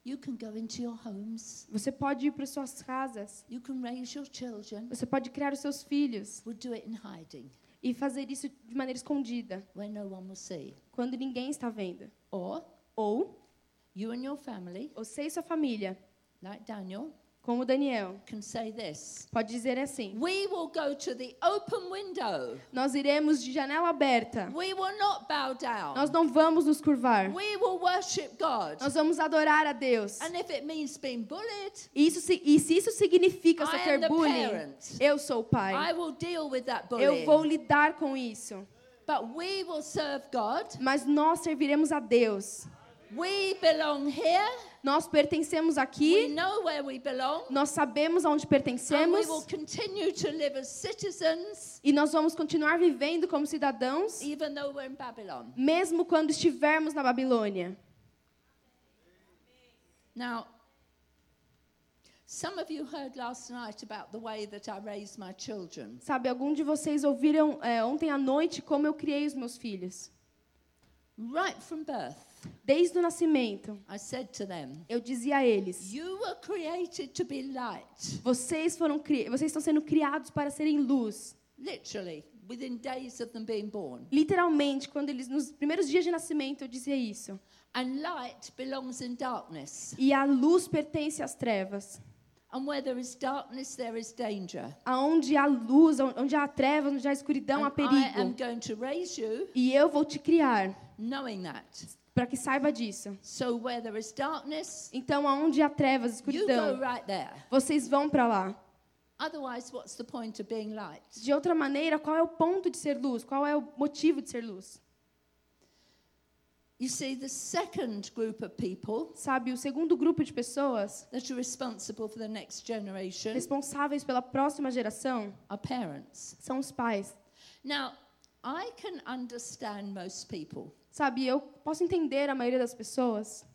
Speaker 2: You can go into your homes.
Speaker 3: Você pode ir para suas casas,
Speaker 2: You can raise your children.
Speaker 3: você pode criar os seus filhos
Speaker 2: We'll do it in hiding
Speaker 3: e fazer isso de maneira escondida,
Speaker 2: where no one will see.
Speaker 3: quando ninguém está vendo.
Speaker 2: Or
Speaker 3: Ou
Speaker 2: you and your family,
Speaker 3: você e sua família,
Speaker 2: like Daniel,
Speaker 3: como Daniel,
Speaker 2: can say this
Speaker 3: pode dizer assim:
Speaker 2: We will go to the open window.
Speaker 3: Nós iremos de janela aberta.
Speaker 2: We will not bow
Speaker 3: Nós
Speaker 2: down.
Speaker 3: não vamos nos curvar.
Speaker 2: We will worship God.
Speaker 3: Nós vamos adorar a Deus.
Speaker 2: And if it means being bullied,
Speaker 3: E, isso, se- e se isso significa
Speaker 2: I am
Speaker 3: sofrer
Speaker 2: the
Speaker 3: bullying,
Speaker 2: parent.
Speaker 3: eu sou o
Speaker 2: I
Speaker 3: pai.
Speaker 2: will deal with that
Speaker 3: Eu vou
Speaker 2: bullying.
Speaker 3: lidar com isso.
Speaker 2: But we will serve God.
Speaker 3: Mas nós serviremos a Deus.
Speaker 2: We belong here.
Speaker 3: Nós pertencemos
Speaker 2: We
Speaker 3: aqui,
Speaker 2: know where we belong.
Speaker 3: nós sabemos aonde
Speaker 2: And we will
Speaker 3: pertencemos
Speaker 2: continue to live as citizens,
Speaker 3: e nós vamos continuar vivendo como cidadãos,
Speaker 2: even though we're in Babylon.
Speaker 3: mesmo quando estivermos na Babilônia.
Speaker 2: Now, some of you heard last night about the way that I raised my children.
Speaker 3: Sabe, algum de vocês ouviram é, ontem à noite como eu criei os meus filhos?
Speaker 2: Right from birth,
Speaker 3: Desde o nascimento,
Speaker 2: I said to them,
Speaker 3: eu dizia a eles:
Speaker 2: You were created to be light.
Speaker 3: vocês foram cri vocês estão sendo criados para serem luz.
Speaker 2: Literally, within days of them being born.
Speaker 3: Literalmente, quando eles nos primeiros dias de nascimento eu dizia isso.
Speaker 2: And light belongs in darkness.
Speaker 3: E a luz pertence às trevas.
Speaker 2: And where there is darkness, there is danger.
Speaker 3: Aonde há luz, onde há trevas, onde há escuridão, há
Speaker 2: And I am
Speaker 3: perigo.
Speaker 2: going to raise you
Speaker 3: E eu vou te criar
Speaker 2: knowing that.
Speaker 3: para que saiba disso.
Speaker 2: So where there is darkness,
Speaker 3: Então, aonde há trevas,
Speaker 2: you go
Speaker 3: escuridão,
Speaker 2: right there.
Speaker 3: vocês vão para lá.
Speaker 2: Otherwise, what's the point of being light?
Speaker 3: De outra maneira, qual é o ponto de ser luz? Qual é o motivo de ser luz?
Speaker 2: You see, the second group of people
Speaker 3: Sabe, o segundo grupo de pessoas
Speaker 2: that are responsible for the next generation
Speaker 3: responsáveis pela próxima geração
Speaker 2: are parents.
Speaker 3: são os pais.
Speaker 2: Now, I can understand most people.
Speaker 3: Sabe, eu posso entender a maioria das pessoas.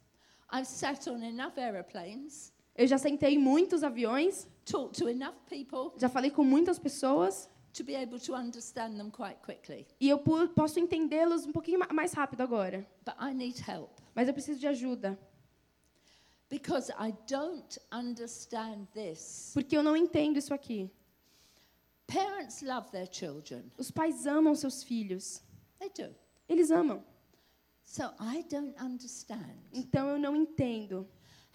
Speaker 2: I've sat on enough aeroplanes,
Speaker 3: Eu já sentei em muitos aviões,
Speaker 2: talked to enough people
Speaker 3: já falei com muitas pessoas
Speaker 2: to be able to understand them quite quickly.
Speaker 3: e eu pu- posso entendê-los um pouquinho ma- mais rápido agora.
Speaker 2: But I need help
Speaker 3: Mas eu preciso de ajuda,
Speaker 2: because I don't understand this.
Speaker 3: porque eu não entendo isso aqui.
Speaker 2: Parents love their children,
Speaker 3: Os pais amam seus filhos.
Speaker 2: they do.
Speaker 3: Eles amam.
Speaker 2: So I don't understand
Speaker 3: Então eu não entendo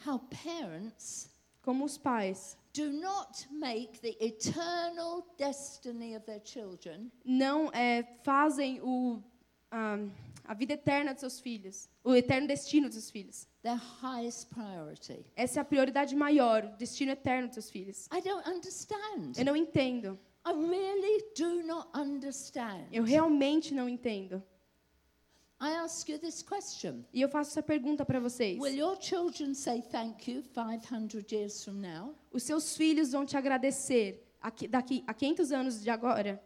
Speaker 2: how parents
Speaker 3: como os pais
Speaker 2: do not make the eternal destiny of their children
Speaker 3: não é, fazem o, a, a vida eterna de seus filhos, o eterno destino dos seus filhos.
Speaker 2: their highest priority.
Speaker 3: Essa é a prioridade maior, o destino eterno dos seus filhos.
Speaker 2: I don't
Speaker 3: Eu
Speaker 2: understand.
Speaker 3: não entendo.
Speaker 2: I really do not understand.
Speaker 3: Eu realmente não entendo.
Speaker 2: I ask you this question.
Speaker 3: E eu faço essa pergunta para vocês.
Speaker 2: Will your children say thank you 500 years from now?
Speaker 3: Os seus filhos vão te agradecer aqui, daqui a 500 anos de agora?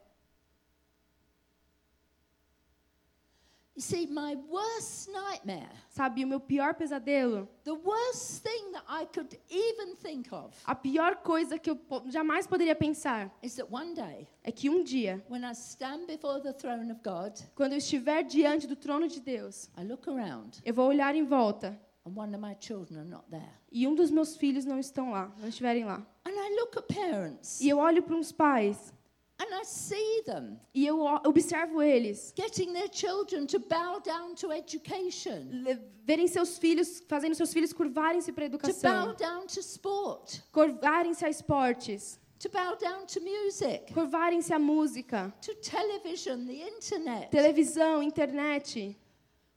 Speaker 2: You see, my worst nightmare,
Speaker 3: Sabe, o meu pior pesadelo,
Speaker 2: the worst thing that I could even think of,
Speaker 3: a pior coisa que eu po- jamais poderia pensar
Speaker 2: is that one day,
Speaker 3: é que um dia,
Speaker 2: when I stand before the throne of God,
Speaker 3: quando eu estiver diante do trono de Deus,
Speaker 2: I look around
Speaker 3: eu vou olhar em volta
Speaker 2: and one of my children are not there.
Speaker 3: e um dos meus filhos não estão lá, não estiverem lá.
Speaker 2: And I look at parents
Speaker 3: E eu olho para uns pais
Speaker 2: and I see them
Speaker 3: e eu o- observo eles
Speaker 2: getting their children to bow down to education,
Speaker 3: le- verem seus filhos, fazendo seus filhos curvarem-se para a
Speaker 2: to bow
Speaker 3: educação,
Speaker 2: down to sport,
Speaker 3: curvarem-se a esportes,
Speaker 2: to bow down to music,
Speaker 3: curvarem-se à música,
Speaker 2: to television, the internet.
Speaker 3: televisão, internet.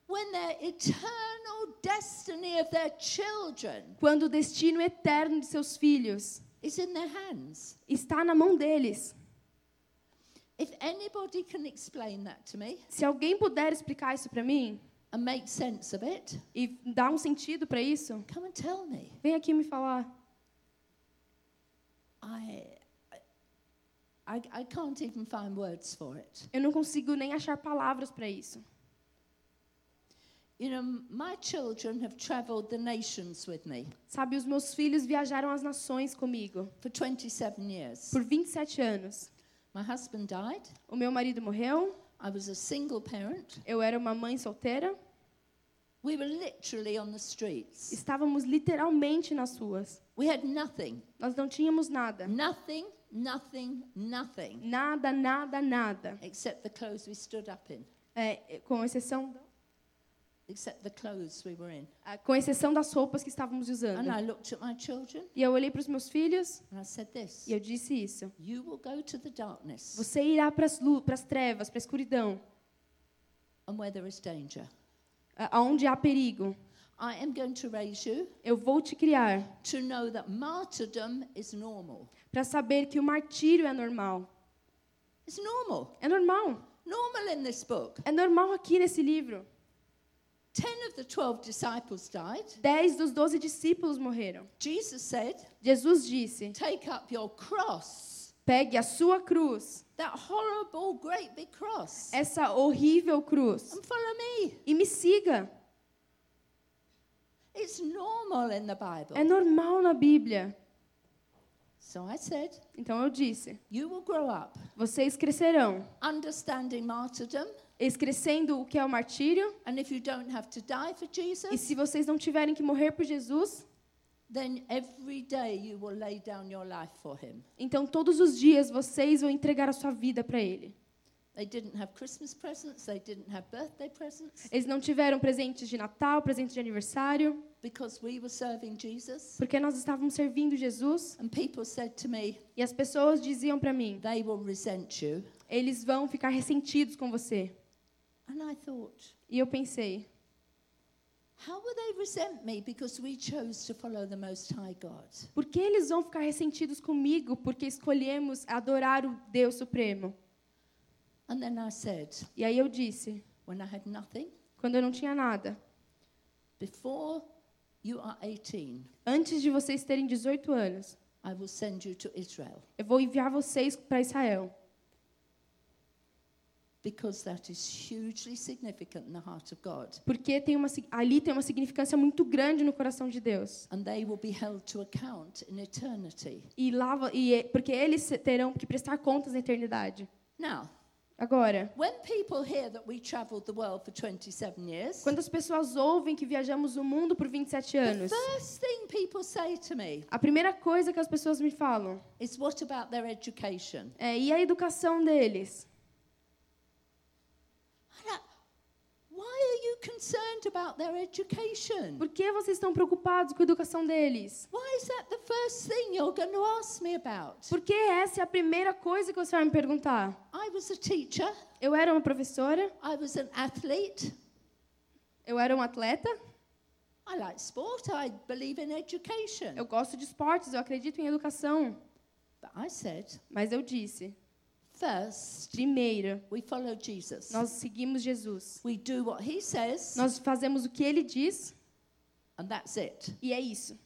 Speaker 2: when their eternal destiny of their children
Speaker 3: Quando o destino eterno de seus filhos
Speaker 2: is in their hands.
Speaker 3: está na mão deles.
Speaker 2: If anybody can explain that to me
Speaker 3: Se alguém puder explicar isso para mim
Speaker 2: and make sense of it,
Speaker 3: e dar um sentido para isso,
Speaker 2: come and tell me.
Speaker 3: vem aqui me falar.
Speaker 2: I, I, I can't even find words for it.
Speaker 3: Eu não consigo nem achar palavras para isso.
Speaker 2: You know, m- my children have traveled the nations with me
Speaker 3: Sabe, os meus filhos viajaram as nações comigo
Speaker 2: for 27 years.
Speaker 3: por 27 anos.
Speaker 2: My husband died.
Speaker 3: O meu marido morreu,
Speaker 2: I was a single parent.
Speaker 3: eu era uma mãe solteira,
Speaker 2: We were literally on the streets.
Speaker 3: estávamos literalmente nas ruas.
Speaker 2: We had nothing,
Speaker 3: Nós não tínhamos nada.
Speaker 2: nothing, nothing, nothing,
Speaker 3: Nada, nada, nada.
Speaker 2: except the clothes we stood up in.
Speaker 3: É, com exceção
Speaker 2: except the clothes we were in.
Speaker 3: ah, com exceção das roupas que estávamos usando.
Speaker 2: And I looked at my children
Speaker 3: E eu olhei para os meus filhos
Speaker 2: and I said this
Speaker 3: e eu disse isso.
Speaker 2: You will go to the darkness
Speaker 3: Você irá para as trevas, para a escuridão,
Speaker 2: and where there is danger.
Speaker 3: a- aonde há perigo.
Speaker 2: I am going to raise you
Speaker 3: Eu vou te criar
Speaker 2: to know that martyrdom is normal.
Speaker 3: para saber que o martírio é normal.
Speaker 2: It's normal.
Speaker 3: É normal.
Speaker 2: Normal in this book.
Speaker 3: É normal aqui nesse livro.
Speaker 2: Ten of the twelve disciples died.
Speaker 3: Dez dos doze discípulos morreram.
Speaker 2: Jesus said,
Speaker 3: Jesus disse:
Speaker 2: Take up your cross.
Speaker 3: pegue a sua cruz,
Speaker 2: That horrible, great big cross.
Speaker 3: essa horrível cruz,
Speaker 2: And follow me.
Speaker 3: e me siga.
Speaker 2: It's normal in the Bible.
Speaker 3: É normal na Bíblia.
Speaker 2: so I said,
Speaker 3: Então eu disse:
Speaker 2: You will grow up
Speaker 3: vocês crescerão,
Speaker 2: understanding martyrdom.
Speaker 3: eis crescendo o que é o martírio,
Speaker 2: And if you don't have to die for
Speaker 3: e
Speaker 2: Jesus,
Speaker 3: se vocês não tiverem que morrer por Jesus,
Speaker 2: then every day you will lay down your life for him.
Speaker 3: então todos os dias vocês vão entregar a sua vida para Ele.
Speaker 2: They didn't have Christmas presents, they didn't have birthday presents
Speaker 3: Eles não tiveram presentes de Natal, presentes de aniversário,
Speaker 2: because we were serving Jesus.
Speaker 3: porque nós estávamos servindo Jesus
Speaker 2: And people said to me,
Speaker 3: e as pessoas diziam para mim:
Speaker 2: They will resent you.
Speaker 3: eles vão ficar ressentidos com você.
Speaker 2: And I thought,
Speaker 3: E eu pensei:
Speaker 2: How will they resent me because we chose to follow the Most High God?
Speaker 3: por que eles vão ficar ressentidos comigo porque escolhemos adorar o Deus Supremo?
Speaker 2: And then I said,
Speaker 3: E aí eu disse:
Speaker 2: When I had nothing,
Speaker 3: quando eu não tinha nada,
Speaker 2: before you are 18,
Speaker 3: antes de vocês terem 18 anos,
Speaker 2: I will send you to Israel
Speaker 3: eu vou enviar vocês para Israel,
Speaker 2: because that is hugely significant in the heart of God.
Speaker 3: porque tem uma, sig- ali tem uma significância muito grande no coração de Deus.
Speaker 2: And they will be held to account in eternity.
Speaker 3: E lá, vo- e, e- porque eles se- terão que prestar contas na eternidade.
Speaker 2: Now,
Speaker 3: Agora,
Speaker 2: when people hear that we traveled the world for 27 years,
Speaker 3: quando as pessoas ouvem que viajamos o mundo por 27
Speaker 2: the
Speaker 3: anos,
Speaker 2: first thing people say to me
Speaker 3: a primeira coisa que as pessoas me falam
Speaker 2: is, What about their education?
Speaker 3: é: e a educação deles?
Speaker 2: And I, why are you concerned about their education?
Speaker 3: Por que vocês estão preocupados com a educação deles?
Speaker 2: Why is that the first thing you're going to ask me about?
Speaker 3: Porque essa é a primeira coisa que você vai me perguntar.
Speaker 2: I was a teacher,
Speaker 3: Eu era uma professora,
Speaker 2: I was an athlete.
Speaker 3: eu era um atleta,
Speaker 2: I like sport, I believe in education.
Speaker 3: eu gosto de esportes, eu acredito em educação.
Speaker 2: But I said,
Speaker 3: Mas eu disse:
Speaker 2: First,
Speaker 3: primeiro,
Speaker 2: we follow Jesus.
Speaker 3: nós seguimos Jesus.
Speaker 2: We do what he says,
Speaker 3: Nós fazemos o que ele diz
Speaker 2: and that's it.
Speaker 3: e é isso.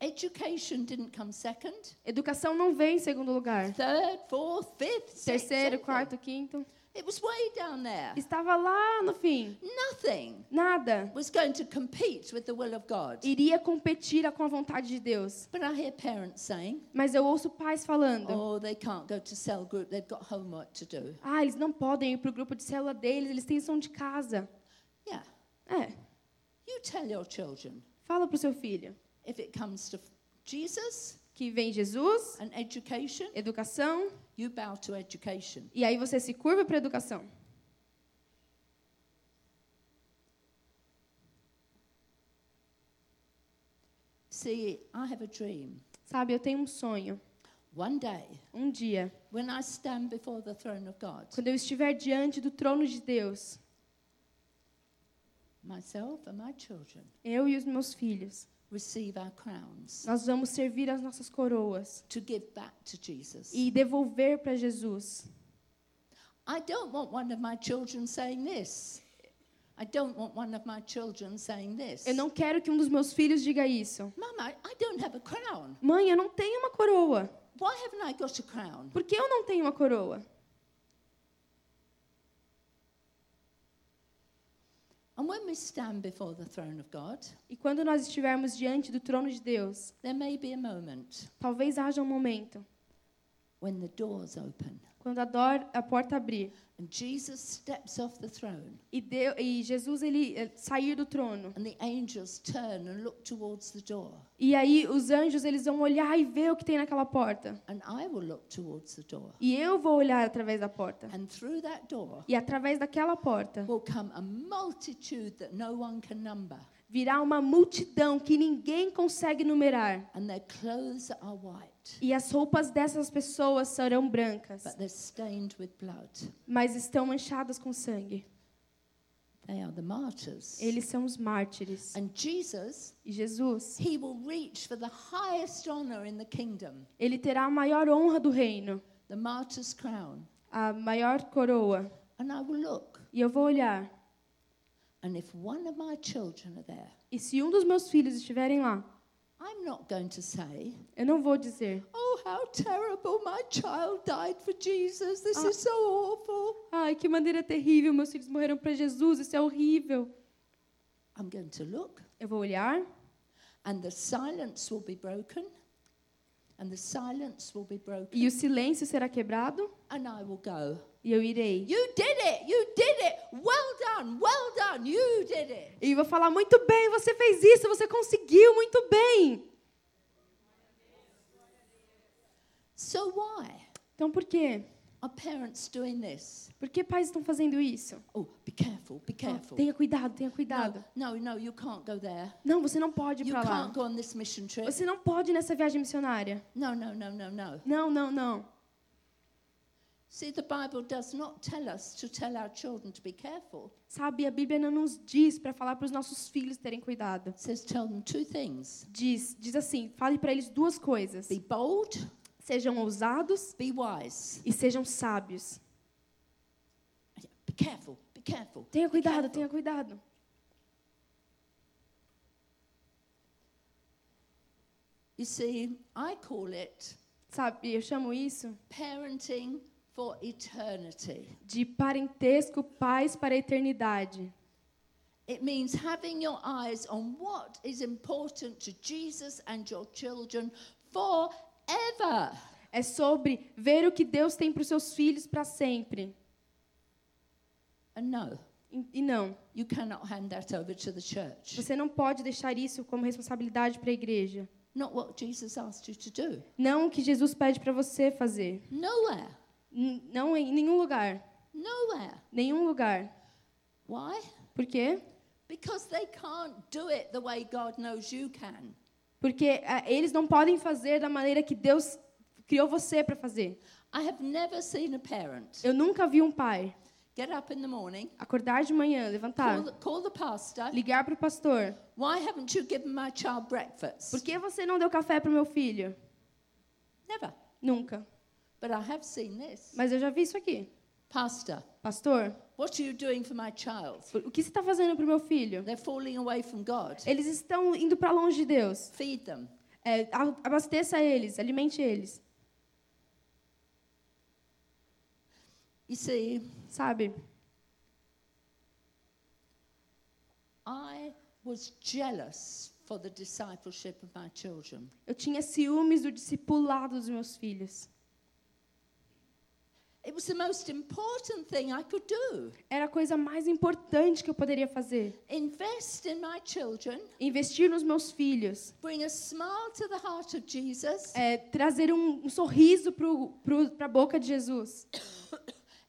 Speaker 2: Education didn't come second,
Speaker 3: Educação não vem em segundo lugar.
Speaker 2: third, fourth, fifth, sixth.
Speaker 3: Terceiro,
Speaker 2: anything.
Speaker 3: quarto, quinto.
Speaker 2: It was way down there.
Speaker 3: Estava lá no fim.
Speaker 2: Nothing
Speaker 3: Nada.
Speaker 2: was going to compete with the will of God.
Speaker 3: Iria competir com a vontade de Deus.
Speaker 2: But I hear parents saying,
Speaker 3: Mas eu ouço pais falando:
Speaker 2: oh, they can't go to cell group, they've got homework to do.
Speaker 3: ah, eles não podem ir para o grupo de célula deles, eles têm som de casa.
Speaker 2: Yeah,
Speaker 3: É,
Speaker 2: you tell your children
Speaker 3: fala para o seu filho
Speaker 2: if it comes to Jesus
Speaker 3: que vem Jesus,
Speaker 2: and education,
Speaker 3: educação,
Speaker 2: you bow to education.
Speaker 3: e aí você se curva para a educação.
Speaker 2: See, I have a dream.
Speaker 3: Sabe, eu tenho um sonho.
Speaker 2: One day,
Speaker 3: Um dia,
Speaker 2: when I stand before the throne of God,
Speaker 3: quando eu estiver diante do trono de Deus,
Speaker 2: myself and my children
Speaker 3: eu e os meus filhos,
Speaker 2: receive our crowns
Speaker 3: nós vamos servir as nossas coroas
Speaker 2: to give back to Jesus.
Speaker 3: e devolver para Jesus.
Speaker 2: I don't want one of my children saying this. I don't want one of my children saying this.
Speaker 3: Eu não quero que um dos meus filhos diga isso.
Speaker 2: Mum, I, I don't have a crown.
Speaker 3: Mãe, eu não tenho uma coroa.
Speaker 2: Why haven't I got a crown?
Speaker 3: Por que eu não tenho uma coroa?
Speaker 2: And when we stand before the throne of God,
Speaker 3: E quando nós estivermos diante do trono de Deus,
Speaker 2: there may be a moment
Speaker 3: talvez haja um momento
Speaker 2: when the doors open
Speaker 3: Quando a, dor, a porta abrir
Speaker 2: and Jesus steps off the throne
Speaker 3: e, Deu- e Jesus ele eh, sair do trono,
Speaker 2: and the angels turn and look towards the door
Speaker 3: e aí os anjos eles vão olhar e ver o que tem naquela porta.
Speaker 2: and I will look towards the door
Speaker 3: E eu vou olhar através da porta.
Speaker 2: and through that door
Speaker 3: E através daquela porta
Speaker 2: will come a multitude that no one can number
Speaker 3: virá uma multidão que ninguém consegue numerar.
Speaker 2: and their clothes are white
Speaker 3: E as roupas dessas pessoas serão brancas,
Speaker 2: but they're stained with blood
Speaker 3: mas estão manchadas com sangue.
Speaker 2: they are the martyrs
Speaker 3: Eles são os mártires.
Speaker 2: and Jesus
Speaker 3: E Jesus,
Speaker 2: he will reach for the highest honor in the kingdom
Speaker 3: ele terá a maior honra do reino,
Speaker 2: the martyr's crown
Speaker 3: a maior coroa.
Speaker 2: and I will look
Speaker 3: E eu vou olhar,
Speaker 2: and if one of my children are there
Speaker 3: e se um dos meus filhos estiverem lá,
Speaker 2: I'm not going to say
Speaker 3: eu não vou dizer,
Speaker 2: Oh, how terrible. My child died for Jesus. This is so awful.
Speaker 3: ai, que maneira terrível, meus filhos morreram para Jesus, isso é horrível.
Speaker 2: I'm going to look,
Speaker 3: Eu vou olhar,
Speaker 2: and the silence will be broken, and the silence will be broken.
Speaker 3: e o silêncio será quebrado,
Speaker 2: And I will go,
Speaker 3: e eu irei.
Speaker 2: You did it. You did it. Well done. Well done. You did it.
Speaker 3: E vou falar muito bem, você fez isso, você conseguiu muito bem.
Speaker 2: So, why
Speaker 3: Então por quê?
Speaker 2: are parents doing this?
Speaker 3: Por que pais estão fazendo isso?
Speaker 2: Oh, be careful. Be
Speaker 3: Ah,
Speaker 2: careful.
Speaker 3: tenha cuidado, tenha
Speaker 2: No,
Speaker 3: cuidado.
Speaker 2: no, no, you can't go there.
Speaker 3: Não, você não pode ir
Speaker 2: You
Speaker 3: para
Speaker 2: can't
Speaker 3: lá.
Speaker 2: go on this mission trip.
Speaker 3: Você não pode ir nessa viagem missionária.
Speaker 2: No, no, no, no, no.
Speaker 3: Não, não, não.
Speaker 2: See, the Bible does not tell us to tell our children to be careful.
Speaker 3: Sabe, a Bíblia não nos diz para falar para os nossos filhos terem cuidado.
Speaker 2: It says tell them two things
Speaker 3: Diz, diz assim, fale para eles duas coisas.
Speaker 2: be bold,
Speaker 3: Sejam ousados
Speaker 2: be wise.
Speaker 3: e sejam sábios.
Speaker 2: Be careful, be careful.
Speaker 3: Tenha
Speaker 2: be
Speaker 3: cuidado,
Speaker 2: careful.
Speaker 3: tenha cuidado.
Speaker 2: You see, I call it
Speaker 3: Sabe, eu chamo isso
Speaker 2: parenting for eternity.
Speaker 3: de parentesco pais para a eternidade.
Speaker 2: It means having your eyes on what is important to Jesus and your children forever.
Speaker 3: É sobre ver o que Deus tem para os seus filhos para sempre.
Speaker 2: And no,
Speaker 3: E, e não,
Speaker 2: you cannot hand that over to the church.
Speaker 3: você não pode deixar isso como responsabilidade para a igreja.
Speaker 2: Not what Jesus asked you to do.
Speaker 3: Não o que Jesus pede para você fazer.
Speaker 2: Nowhere,
Speaker 3: N- não em nenhum lugar.
Speaker 2: nowhere.
Speaker 3: Nenhum lugar.
Speaker 2: Why?
Speaker 3: Por quê?
Speaker 2: Because they can't do it the way God knows you can.
Speaker 3: Porque ah, eles não podem fazer da maneira que Deus criou você para fazer.
Speaker 2: I have never seen a parent
Speaker 3: Eu nunca vi um pai
Speaker 2: get up in the morning,
Speaker 3: acordar de manhã,
Speaker 2: call
Speaker 3: levantar,
Speaker 2: the, call the pastor,
Speaker 3: ligar para o pastor.
Speaker 2: why haven't you given my child breakfast?
Speaker 3: Por que você não deu café para o meu filho?
Speaker 2: Never.
Speaker 3: Nunca.
Speaker 2: But I have seen this.
Speaker 3: Mas eu já vi isso aqui.
Speaker 2: Pastor,
Speaker 3: Pastor,
Speaker 2: what are you doing for my child?
Speaker 3: o que você está fazendo para o meu filho?
Speaker 2: They're falling away from God.
Speaker 3: Eles estão indo para longe de Deus.
Speaker 2: Feed them.
Speaker 3: É, a- abasteça eles, alimente eles,
Speaker 2: You see,
Speaker 3: sabe?
Speaker 2: I was jealous for the discipleship of my children.
Speaker 3: Eu tinha ciúmes do discipulado dos meus filhos.
Speaker 2: It was the most important thing I could do.
Speaker 3: Era a coisa mais importante que eu poderia fazer.
Speaker 2: Invest in my children,
Speaker 3: Investir nos meus filhos.
Speaker 2: bring a smile to the heart of Jesus,
Speaker 3: É, trazer um, um sorriso para a boca de Jesus.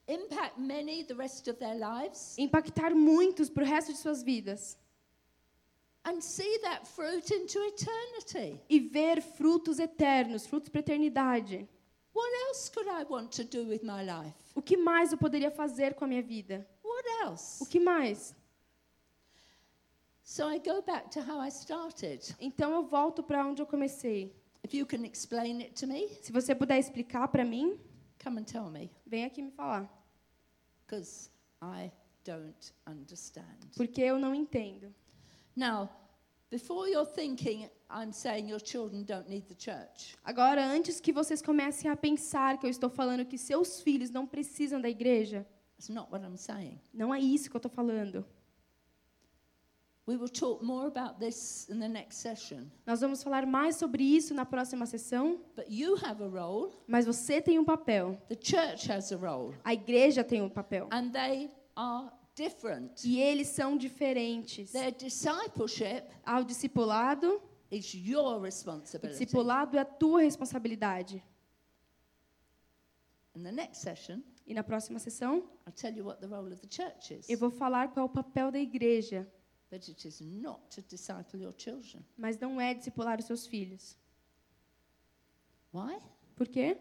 Speaker 2: impact many the rest of their lives.
Speaker 3: Impactar muitos para o resto de suas vidas.
Speaker 2: and see that fruit into eternity.
Speaker 3: E ver frutos eternos, frutos para a eternidade.
Speaker 2: What else could I want to do with my life?
Speaker 3: O que mais eu poderia fazer com a minha vida?
Speaker 2: What
Speaker 3: O
Speaker 2: else?
Speaker 3: que mais?
Speaker 2: So I go back to how I started.
Speaker 3: Então eu volto para onde eu comecei.
Speaker 2: If you can explain it to me,
Speaker 3: Se você puder explicar para mim,
Speaker 2: come and tell me,
Speaker 3: vem aqui me falar,
Speaker 2: because I don't understand.
Speaker 3: porque eu não entendo.
Speaker 2: Now, before you're thinking I'm saying your children don't need the church,
Speaker 3: Agora, antes que vocês comecem a pensar que eu estou falando que seus filhos não precisam da igreja,
Speaker 2: that's not what I'm saying.
Speaker 3: não é isso que eu estou falando.
Speaker 2: We will talk more about this in the next session.
Speaker 3: Nós vamos falar mais sobre isso na próxima sessão,
Speaker 2: But you have a role,
Speaker 3: mas você tem um papel.
Speaker 2: the church has a role,
Speaker 3: A igreja tem um papel.
Speaker 2: and they are different.
Speaker 3: E eles são diferentes.
Speaker 2: Their discipleship
Speaker 3: Ao discipulado,
Speaker 2: is your
Speaker 3: o
Speaker 2: responsibility.
Speaker 3: discipulado é a tua responsabilidade.
Speaker 2: In the next session,
Speaker 3: E na próxima sessão,
Speaker 2: I'll tell you what the role of the church is.
Speaker 3: eu vou falar qual é o papel da igreja,
Speaker 2: But it is not to disciple your children.
Speaker 3: mas não é discipular os seus filhos.
Speaker 2: Why?
Speaker 3: Por quê?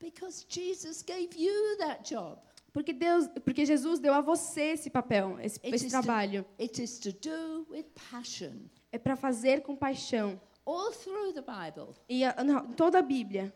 Speaker 2: Because Jesus gave you that job.
Speaker 3: Porque Deus, porque Jesus deu a você esse papel, esse,
Speaker 2: It
Speaker 3: esse
Speaker 2: is
Speaker 3: trabalho.
Speaker 2: To, it is to do with passion.
Speaker 3: É para fazer com paixão.
Speaker 2: All through the Bible,
Speaker 3: E a, não, toda a Bíblia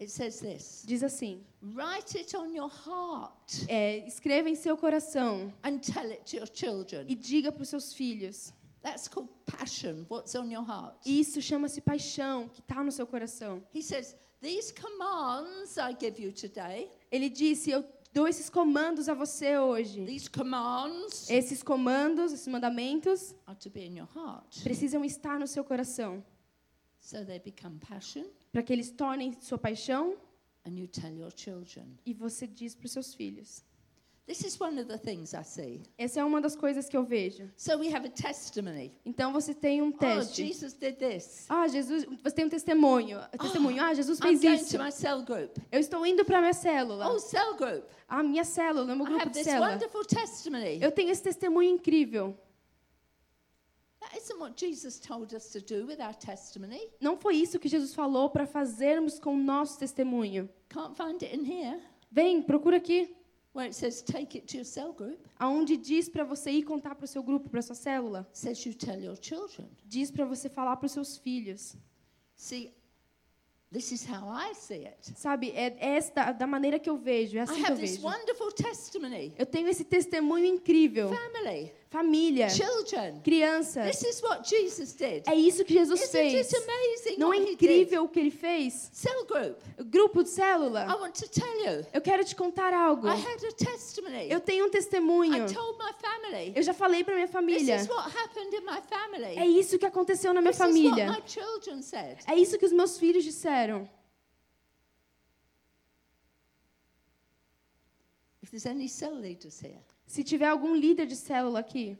Speaker 2: it says this
Speaker 3: diz assim:
Speaker 2: write it on your heart
Speaker 3: é, escreva em seu coração
Speaker 2: and tell it to your children.
Speaker 3: e diga para os seus filhos.
Speaker 2: That's called passion, what's on your heart.
Speaker 3: Isso chama-se paixão que está no seu coração.
Speaker 2: He says, These commands I give you today,
Speaker 3: Ele disse: Eu dou esses comandos a você hoje.
Speaker 2: these commands
Speaker 3: Esses comandos, esses mandamentos,
Speaker 2: are to be in your heart.
Speaker 3: precisam estar no seu coração
Speaker 2: So they become passion,
Speaker 3: para que eles tornem sua paixão
Speaker 2: and you tell your children.
Speaker 3: e você diz para os seus filhos.
Speaker 2: This is one of the things I see.
Speaker 3: Essa é uma das coisas que eu vejo.
Speaker 2: So we have a testimony.
Speaker 3: Então você tem um
Speaker 2: Oh,
Speaker 3: teste.
Speaker 2: Jesus did this.
Speaker 3: Ah, Jesus, você tem um testemunho. Testemunho. Ah, Jesus
Speaker 2: I'm
Speaker 3: fez
Speaker 2: going
Speaker 3: isso.
Speaker 2: to my cell group.
Speaker 3: Eu estou indo para minha célula.
Speaker 2: Oh, cell group.
Speaker 3: A minha célula, meu
Speaker 2: I
Speaker 3: grupo
Speaker 2: have
Speaker 3: de
Speaker 2: this
Speaker 3: célula.
Speaker 2: wonderful testimony.
Speaker 3: Eu tenho esse testemunho incrível.
Speaker 2: That isn't what Jesus told us to do with our testimony.
Speaker 3: Não foi isso que Jesus falou para fazermos com o nosso testemunho.
Speaker 2: Can't find it in here
Speaker 3: Vem, procura aqui,
Speaker 2: where it says take it to your cell group.
Speaker 3: aonde diz para você ir contar para o seu grupo, para sua célula.
Speaker 2: It says you tell your children.
Speaker 3: Diz para você falar para os seus filhos.
Speaker 2: See, this is how I see it.
Speaker 3: Sabe, é, é esta, da maneira que eu vejo, é
Speaker 2: I
Speaker 3: assim que eu
Speaker 2: have this
Speaker 3: vejo.
Speaker 2: wonderful testimony.
Speaker 3: Eu tenho esse testemunho incrível.
Speaker 2: Family,
Speaker 3: Família,
Speaker 2: children.
Speaker 3: crianças.
Speaker 2: This is what Jesus did.
Speaker 3: É isso que Jesus
Speaker 2: Isn't it
Speaker 3: fez.
Speaker 2: amazing
Speaker 3: Não é
Speaker 2: what he did?
Speaker 3: incrível o que ele fez?
Speaker 2: Cell group,
Speaker 3: Grupo de
Speaker 2: I
Speaker 3: célula,
Speaker 2: want to tell you,
Speaker 3: eu quero te contar algo.
Speaker 2: Oh. I had a testimony.
Speaker 3: Eu tenho um
Speaker 2: I
Speaker 3: testemunho.
Speaker 2: told my family.
Speaker 3: Eu já falei para minha família.
Speaker 2: This is what happened in my family.
Speaker 3: É isso que aconteceu na minha
Speaker 2: this
Speaker 3: família.
Speaker 2: is what my children said.
Speaker 3: É isso que os meus filhos disseram.
Speaker 2: If there's any cell leaders here,
Speaker 3: Se tiver algum líder de célula aqui,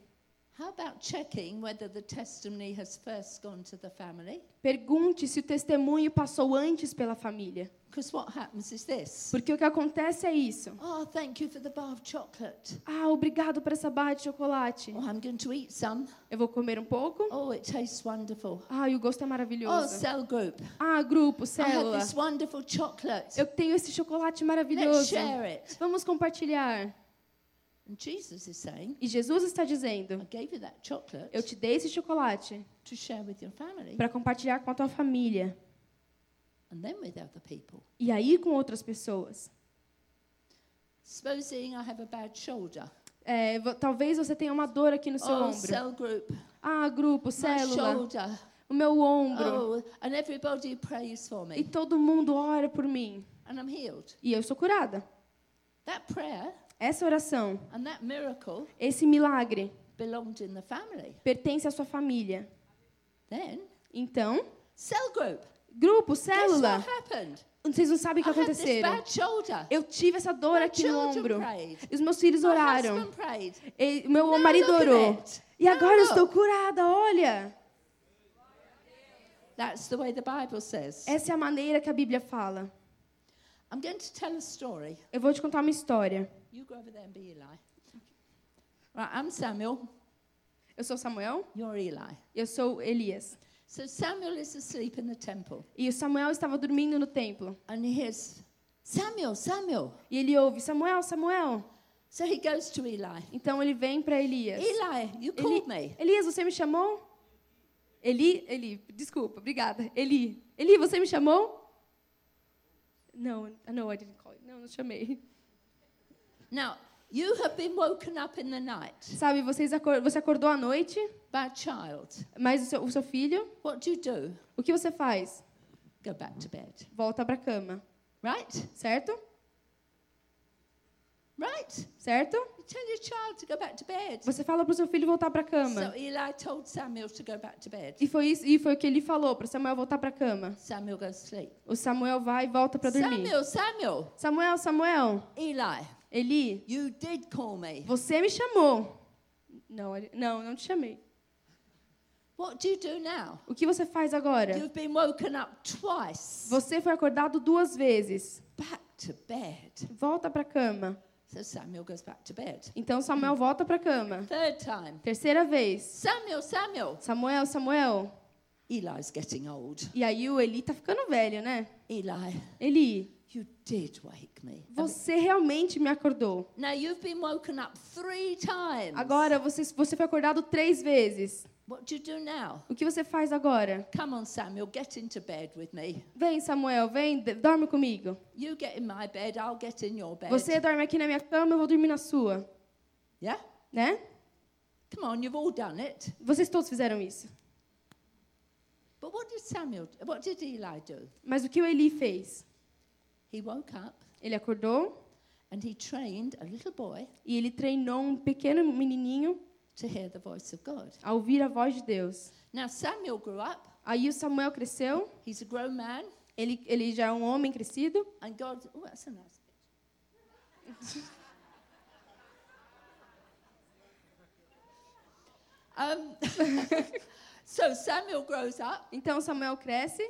Speaker 2: how about checking whether the testimony has first gone to the family?
Speaker 3: pergunte se o testemunho passou antes pela família.
Speaker 2: Because what happens is this.
Speaker 3: Porque o que acontece é isso.
Speaker 2: Oh, thank you for the bar of chocolate.
Speaker 3: Ah, obrigado por essa barra de chocolate.
Speaker 2: Oh, I'm going to eat some.
Speaker 3: Eu vou comer um pouco.
Speaker 2: Oh, it tastes wonderful.
Speaker 3: Ah, e o gosto é
Speaker 2: Oh,
Speaker 3: maravilhoso.
Speaker 2: cell group.
Speaker 3: Ah, grupo,
Speaker 2: I have
Speaker 3: célula.
Speaker 2: this wonderful chocolate.
Speaker 3: Eu tenho esse chocolate
Speaker 2: Let's
Speaker 3: maravilhoso.
Speaker 2: share it.
Speaker 3: Vamos compartilhar.
Speaker 2: And Jesus is saying,
Speaker 3: E Jesus está
Speaker 2: I
Speaker 3: dizendo:
Speaker 2: gave you that chocolate
Speaker 3: Eu te dei esse chocolate
Speaker 2: to share with your family
Speaker 3: para compartilhar com a tua família
Speaker 2: and then with other people.
Speaker 3: e aí com outras pessoas.
Speaker 2: Supposing I have a bad shoulder.
Speaker 3: É, vo- talvez você tenha uma dor aqui no seu
Speaker 2: oh,
Speaker 3: ombro.
Speaker 2: cell group.
Speaker 3: Ah, grupo,
Speaker 2: My
Speaker 3: célula,
Speaker 2: shoulder.
Speaker 3: o meu ombro.
Speaker 2: Oh, and everybody prays for me.
Speaker 3: E todo mundo ora por mim.
Speaker 2: and I'm healed.
Speaker 3: E eu sou curada.
Speaker 2: That prayer
Speaker 3: Essa oração,
Speaker 2: and that miracle
Speaker 3: esse milagre,
Speaker 2: belonged in the family.
Speaker 3: pertence à sua família.
Speaker 2: Then,
Speaker 3: Então,
Speaker 2: cell group.
Speaker 3: grupo,
Speaker 2: Guess
Speaker 3: célula,
Speaker 2: what happened?
Speaker 3: vocês não sabem o que
Speaker 2: I had this
Speaker 3: aconteceu.
Speaker 2: bad shoulder.
Speaker 3: Eu tive essa dor
Speaker 2: My
Speaker 3: aqui no
Speaker 2: children
Speaker 3: ombro.
Speaker 2: prayed.
Speaker 3: E os meus filhos
Speaker 2: My
Speaker 3: oraram.
Speaker 2: husband prayed.
Speaker 3: E meu
Speaker 2: Now
Speaker 3: marido
Speaker 2: look at
Speaker 3: orou.
Speaker 2: it.
Speaker 3: E
Speaker 2: Now
Speaker 3: agora eu estou
Speaker 2: look.
Speaker 3: curada, olha.
Speaker 2: That's the way the Bible says.
Speaker 3: Essa é a maneira que a Bíblia fala.
Speaker 2: I'm going to tell a story.
Speaker 3: Eu vou te contar uma história.
Speaker 2: You go over there and be Eli. Right, I'm Samuel.
Speaker 3: Eu sou Samuel,
Speaker 2: You're Eli.
Speaker 3: eu sou Elias.
Speaker 2: So Samuel is asleep in the temple
Speaker 3: E o Samuel estava dormindo no templo.
Speaker 2: and he hears, Samuel, Samuel.
Speaker 3: E ele ouve: Samuel, Samuel.
Speaker 2: So he goes to Eli.
Speaker 3: Então ele vem para Elias.
Speaker 2: Eli, you
Speaker 3: Eli-
Speaker 2: called me.
Speaker 3: Elias, você me chamou? Eli, Eli, desculpa, obrigada. Eli, Eli, você me chamou? Não, no, I didn't call you. Não, não chamei.
Speaker 2: Now, you have been woken up in the night
Speaker 3: Sabe, vocês acor você acordou à noite,
Speaker 2: by a child.
Speaker 3: mas o seu, o seu filho,
Speaker 2: What do you do?
Speaker 3: o que você faz?
Speaker 2: Go back to bed,
Speaker 3: Volta para cama,
Speaker 2: right?
Speaker 3: certo?
Speaker 2: right?
Speaker 3: certo?
Speaker 2: You tell your child to go back to bed.
Speaker 3: Você fala para o seu filho voltar para a
Speaker 2: So
Speaker 3: cama.
Speaker 2: Eli told Samuel to go back to bed.
Speaker 3: E foi isso, e foi o que ele falou para Samuel voltar para a cama.
Speaker 2: Samuel goes to sleep.
Speaker 3: O Samuel vai e volta para dormir.
Speaker 2: Samuel, Samuel,
Speaker 3: Samuel, Samuel,
Speaker 2: Eli,
Speaker 3: Eli,
Speaker 2: you did call me.
Speaker 3: você me chamou. Não, ele- não, não te chamei.
Speaker 2: What do you do now?
Speaker 3: O que você faz agora?
Speaker 2: You've been woken up twice.
Speaker 3: Você foi acordado duas vezes.
Speaker 2: Back to bed.
Speaker 3: Volta para a cama.
Speaker 2: So Samuel goes back to bed.
Speaker 3: Então Samuel volta para a cama.
Speaker 2: Third time.
Speaker 3: Terceira vez.
Speaker 2: Samuel, Samuel.
Speaker 3: Samuel, Samuel.
Speaker 2: Eli's getting old.
Speaker 3: E aí o Eli tá ficando velho, né?
Speaker 2: Eli,
Speaker 3: Eli,
Speaker 2: you did wake me.
Speaker 3: você realmente me acordou.
Speaker 2: Now you've been woken up three times.
Speaker 3: Agora você, você foi acordado três vezes.
Speaker 2: What do you do now?
Speaker 3: O que você faz agora?
Speaker 2: Come on, Samuel, get into bed with me.
Speaker 3: Vem, Samuel, vem, d- dorme comigo.
Speaker 2: You get in my bed, I'll get in your bed.
Speaker 3: Você dorme aqui na minha cama, eu vou dormir na sua,
Speaker 2: Yeah?
Speaker 3: né?
Speaker 2: Come on, you've all done it.
Speaker 3: Vocês todos fizeram isso.
Speaker 2: But what did Samuel, what did Eli do?
Speaker 3: Mas o que o Eli fez?
Speaker 2: He woke up
Speaker 3: Ele acordou
Speaker 2: and he trained a little boy
Speaker 3: e ele treinou um pequeno menininho
Speaker 2: to hear the voice of God.
Speaker 3: a ouvir a voz de Deus.
Speaker 2: Now Samuel grew up,
Speaker 3: Aí o Samuel cresceu,
Speaker 2: he's a grown man,
Speaker 3: ele, ele já é um homem crescido.
Speaker 2: and God, oh, that's a nice picture. um, so Samuel grows up,
Speaker 3: Então Samuel cresce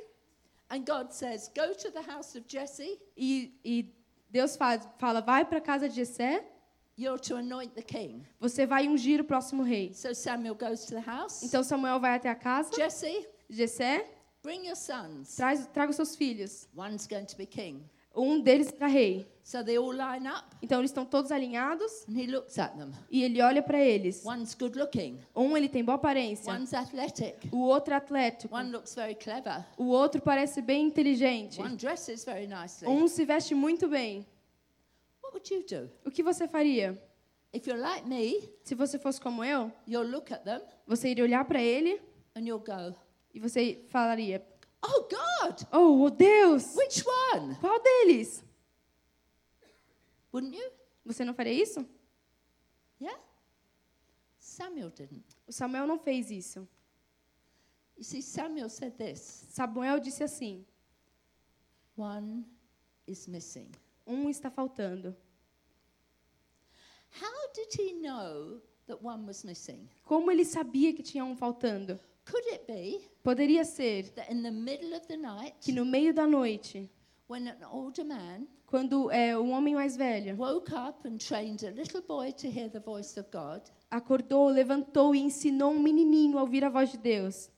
Speaker 2: and God says, Go to the house of Jesse,
Speaker 3: e, e Deus faz, fala: vai para casa de Jessé,
Speaker 2: you're to anoint the king.
Speaker 3: você vai ungir o próximo rei.
Speaker 2: So Samuel goes to the house.
Speaker 3: Então Samuel vai até a casa,
Speaker 2: Jesse,
Speaker 3: Jessé,
Speaker 2: bring your sons.
Speaker 3: traz, traga os seus filhos.
Speaker 2: One's going to be king.
Speaker 3: Um deles será rei.
Speaker 2: So they all line up,
Speaker 3: Então eles estão todos alinhados
Speaker 2: and he looks at them.
Speaker 3: e ele olha para eles.
Speaker 2: One's good looking,
Speaker 3: Um ele tem boa aparência,
Speaker 2: one's athletic,
Speaker 3: o outro é atlético,
Speaker 2: one looks very clever,
Speaker 3: o outro parece bem inteligente.
Speaker 2: one dresses very nicely.
Speaker 3: Um se veste muito bem.
Speaker 2: What would you do?
Speaker 3: O que você faria?
Speaker 2: If you're like me,
Speaker 3: Se você fosse como eu,
Speaker 2: you'll look at them
Speaker 3: você iria olhar para ele
Speaker 2: and you'll go,
Speaker 3: e você falaria:
Speaker 2: Oh God,
Speaker 3: "Oh, oh Deus!
Speaker 2: which one?
Speaker 3: Qual deles?"
Speaker 2: Wouldn't you?
Speaker 3: Você não faria isso?
Speaker 2: Yeah? Samuel didn't.
Speaker 3: O Samuel não fez isso.
Speaker 2: You see, Samuel said this
Speaker 3: Samuel disse assim:
Speaker 2: one is missing.
Speaker 3: "Um está faltando."
Speaker 2: How did he know that one was missing?
Speaker 3: Como ele sabia que tinha um faltando?
Speaker 2: Could it be
Speaker 3: Poderia ser
Speaker 2: that in the middle of the night,
Speaker 3: que no meio da noite,
Speaker 2: when an older man
Speaker 3: quando é, um homem mais velho
Speaker 2: woke up and trained a little boy to hear the voice of God,
Speaker 3: acordou, levantou e ensinou um menininho a ouvir a voz de Deus,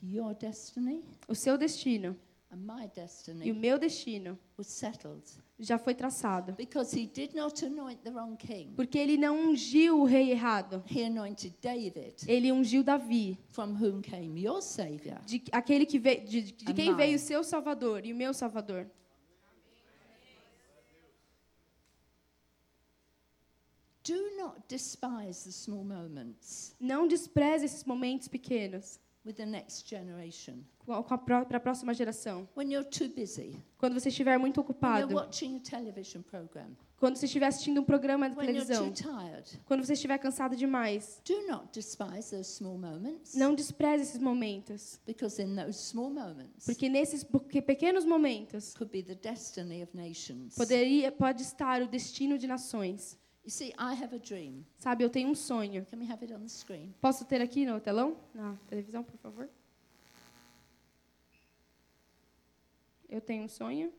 Speaker 2: your destiny
Speaker 3: o seu destino
Speaker 2: and my
Speaker 3: e o
Speaker 2: destiny
Speaker 3: meu destino
Speaker 2: was settled
Speaker 3: já foi traçado.
Speaker 2: because he did not anoint the wrong king.
Speaker 3: Porque ele não ungiu o rei errado,
Speaker 2: He anointed David,
Speaker 3: ele ungiu Davi,
Speaker 2: from whom came your Savior.
Speaker 3: de aquele que veio, de, de quem
Speaker 2: Amado.
Speaker 3: veio o seu Salvador e o meu Salvador.
Speaker 2: Do not despise the small moments
Speaker 3: Não despreze esses momentos pequenos
Speaker 2: with the next generation
Speaker 3: com a- com a pró- pra próxima geração.
Speaker 2: when you're too busy,
Speaker 3: Quando você estiver muito
Speaker 2: when you're
Speaker 3: ocupado,
Speaker 2: watching a television program,
Speaker 3: quando você estiver assistindo um programa de
Speaker 2: when you're too
Speaker 3: televisão,
Speaker 2: tired.
Speaker 3: quando você estiver cansado demais,
Speaker 2: Do not despise those small moments
Speaker 3: não despreze esses momentos,
Speaker 2: because in those small moments
Speaker 3: porque nesses porque pequenos momentos
Speaker 2: could be the destiny of nations.
Speaker 3: poderia pode estar o destino de nações.
Speaker 2: You see, I have a dream.
Speaker 3: Sabe, eu tenho um sonho.
Speaker 2: Can we have it on the screen?
Speaker 3: Posso ter aqui no telão? Na televisão, por favor? Eu tenho um sonho.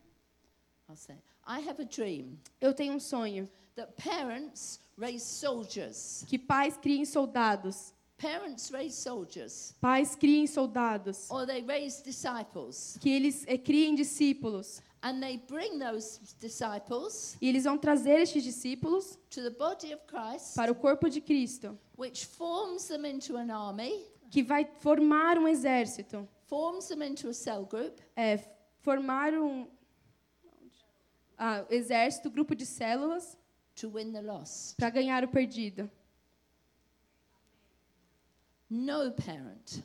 Speaker 2: I'll say, I have a dream
Speaker 3: Eu tenho um sonho
Speaker 2: that parents raise soldiers.
Speaker 3: que pais criem soldados.
Speaker 2: Parents raise soldiers,
Speaker 3: Pais criem soldados.
Speaker 2: or they raise disciples,
Speaker 3: Que eles eh, criem discípulos.
Speaker 2: and they bring those disciples
Speaker 3: E eles vão trazer estes discípulos
Speaker 2: to the body of Christ,
Speaker 3: para o corpo de Cristo,
Speaker 2: which forms them into an army,
Speaker 3: que vai formar um exército,
Speaker 2: forms them into a cell group,
Speaker 3: é, formar um ah, exército, grupo de células,
Speaker 2: to win the lost.
Speaker 3: para ganhar o perdido.
Speaker 2: No parent,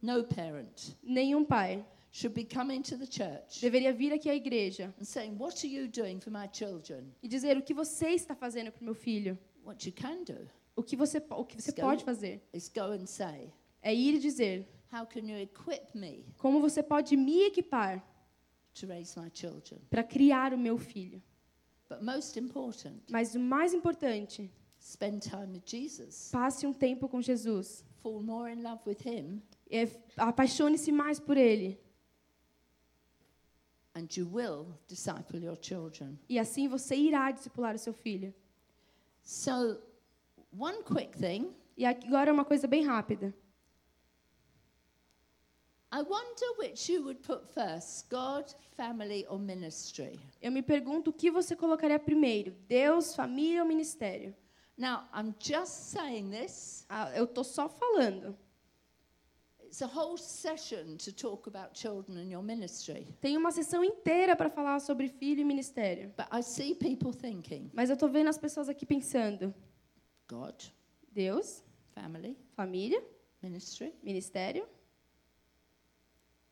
Speaker 2: no parent
Speaker 3: Nenhum pai
Speaker 2: should be coming to the church
Speaker 3: deveria vir aqui à igreja
Speaker 2: and saying, What are you doing for my children?
Speaker 3: e dizer o que você está fazendo para o meu filho,
Speaker 2: What you can do
Speaker 3: o que você, po- o que você
Speaker 2: Escala-
Speaker 3: pode fazer.
Speaker 2: is go and say,
Speaker 3: É ir e dizer
Speaker 2: How can you equip me
Speaker 3: como você pode me equipar
Speaker 2: to raise my children?
Speaker 3: para criar o meu filho.
Speaker 2: But most important,
Speaker 3: Mas o mais importante,
Speaker 2: spend time with Jesus,
Speaker 3: passe um tempo com Jesus.
Speaker 2: fall more in love with Him,
Speaker 3: É, Apaixone-se mais por ele.
Speaker 2: and you will disciple your children.
Speaker 3: E assim você irá discipular o seu filho.
Speaker 2: So, one quick thing
Speaker 3: E aqui- agora uma coisa bem rápida.
Speaker 2: I wonder which you would put first God, family, or ministry.
Speaker 3: Eu me pergunto o que você colocaria primeiro: Deus, família ou ministério?
Speaker 2: Now, I'm just saying this.
Speaker 3: Ah, Eu tô só falando.
Speaker 2: It's a whole session to talk about children and your ministry.
Speaker 3: Tem uma sessão inteira para falar sobre filho e ministério.
Speaker 2: But I see people thinking
Speaker 3: Mas eu tô vendo as pessoas aqui pensando:
Speaker 2: God,
Speaker 3: Deus,
Speaker 2: family,
Speaker 3: família,
Speaker 2: ministry.
Speaker 3: ministério?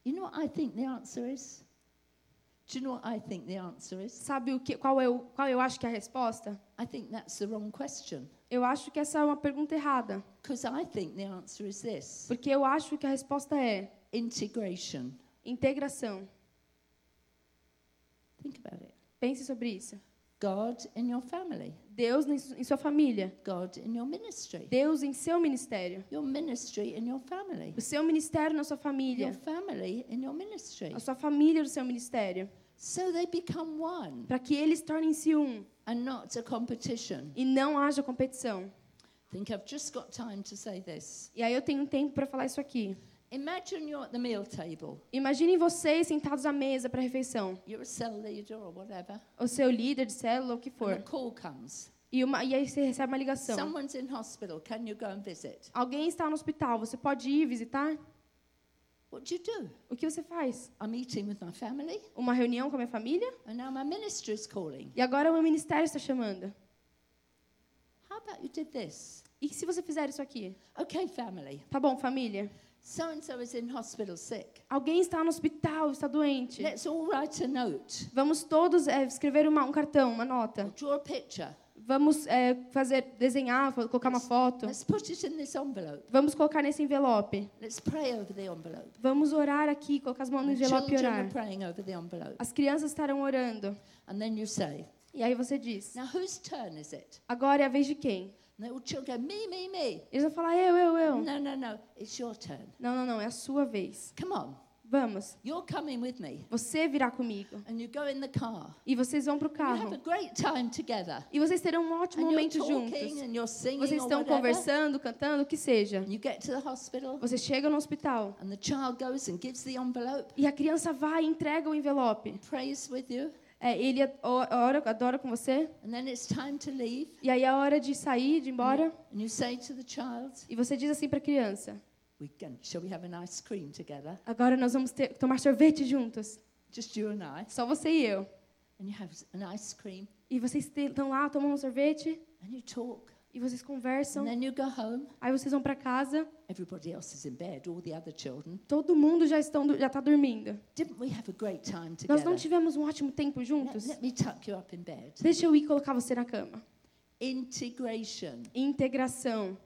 Speaker 2: You know what I think the answer is? Do you know what I think the answer is?
Speaker 3: Sabe o que? Qual eu, qual eu acho que é a resposta?
Speaker 2: I think that's the wrong question
Speaker 3: Eu acho que essa é uma pergunta errada,
Speaker 2: because I think the answer is this
Speaker 3: porque eu acho que a resposta é
Speaker 2: integration.
Speaker 3: integração.
Speaker 2: Think about it.
Speaker 3: Pense sobre isso.
Speaker 2: God in your family,
Speaker 3: Deus em su- em sua família,
Speaker 2: God in your ministry,
Speaker 3: Deus em seu ministério,
Speaker 2: your ministry in your family,
Speaker 3: o seu ministério na sua
Speaker 2: your
Speaker 3: família,
Speaker 2: family in your ministry.
Speaker 3: a sua família no seu ministério,
Speaker 2: So they become one
Speaker 3: para que eles tornem-se um
Speaker 2: and not a competition.
Speaker 3: e não haja competição.
Speaker 2: I think I've just got time to say this.
Speaker 3: E aí eu tenho um tempo para falar isso aqui.
Speaker 2: Imagine you're at the meal table.
Speaker 3: Imaginem vocês sentados à mesa para a refeição,
Speaker 2: You're a cell leader or whatever.
Speaker 3: o seu líder de célula, o que
Speaker 2: And a
Speaker 3: for,
Speaker 2: call comes.
Speaker 3: e, uma, e aí você recebe uma ligação.
Speaker 2: Someone's in hospital. Can you go and visit?
Speaker 3: Alguém está no hospital, você pode ir visitar?
Speaker 2: What do you do?
Speaker 3: O que você faz?
Speaker 2: I'm eating with my family,
Speaker 3: Uma reunião com a minha família?
Speaker 2: and now my ministry's calling.
Speaker 3: E agora o meu ministério está chamando.
Speaker 2: How about you did this?
Speaker 3: E se você fizer isso aqui?
Speaker 2: Okay, family.
Speaker 3: Tá bom, família.
Speaker 2: So and so is in hospital sick.
Speaker 3: Alguém está no hospital, está doente.
Speaker 2: Let's all write a note
Speaker 3: Vamos todos é, escrever uma- um cartão, uma
Speaker 2: or
Speaker 3: nota.
Speaker 2: draw a picture.
Speaker 3: Vamos é, fazer, desenhar, fo- colocar uma foto.
Speaker 2: Let's put it in this envelope.
Speaker 3: Vamos colocar nesse envelope.
Speaker 2: Let's pray over the envelope.
Speaker 3: Vamos orar aqui, colocar as mãos no
Speaker 2: The
Speaker 3: envelope e
Speaker 2: children are
Speaker 3: orar.
Speaker 2: praying over the envelope.
Speaker 3: As crianças estarão orando.
Speaker 2: And then you say,
Speaker 3: E aí você diz:
Speaker 2: Now whose turn is it?
Speaker 3: Agora é a vez de quem?
Speaker 2: And they all children go, Me, me, me.
Speaker 3: Eles vão falar: Eu, eu, eu.
Speaker 2: No, no, no. It's your turn.
Speaker 3: Não, não, não. É a sua vez.
Speaker 2: Come on.
Speaker 3: Vamos.
Speaker 2: You're coming with me.
Speaker 3: Você virá comigo.
Speaker 2: And you go in the car.
Speaker 3: E vocês vão para o
Speaker 2: You have a
Speaker 3: carro.
Speaker 2: great time together.
Speaker 3: E vocês terão um ótimo
Speaker 2: and you're
Speaker 3: momento
Speaker 2: talking
Speaker 3: juntos.
Speaker 2: and you're singing
Speaker 3: Vocês
Speaker 2: or
Speaker 3: estão
Speaker 2: whatever.
Speaker 3: conversando, cantando, o que seja.
Speaker 2: And you get to the hospital
Speaker 3: Você chega no hospital
Speaker 2: and the child goes and gives the envelope,
Speaker 3: e a criança vai e entrega o envelope.
Speaker 2: prays with you,
Speaker 3: É, ele a- o- ora, adora com você.
Speaker 2: and then it's time to leave.
Speaker 3: E aí é a hora de sair, de ir embora.
Speaker 2: And you say to the child,
Speaker 3: E você diz assim para a criança:
Speaker 2: we can, shall we have an ice cream together?
Speaker 3: Agora nós vamos ter- tomar sorvete juntos.
Speaker 2: Just you and I.
Speaker 3: Só você e eu.
Speaker 2: And you have an ice cream
Speaker 3: E vocês te- estão lá, tomam um sorvete.
Speaker 2: and you talk.
Speaker 3: E vocês conversam.
Speaker 2: And then you go home.
Speaker 3: Aí vocês vão para casa.
Speaker 2: Everybody else is in bed, all the other children.
Speaker 3: Todo mundo já estão do- já está dormindo.
Speaker 2: Didn't we have a great time
Speaker 3: Nós
Speaker 2: together?
Speaker 3: não
Speaker 2: Né,
Speaker 3: tivemos um ótimo tempo juntos?
Speaker 2: Let, let me tuck you up in bed.
Speaker 3: Deixa eu ir colocar você na cama.
Speaker 2: Integration,
Speaker 3: Integração.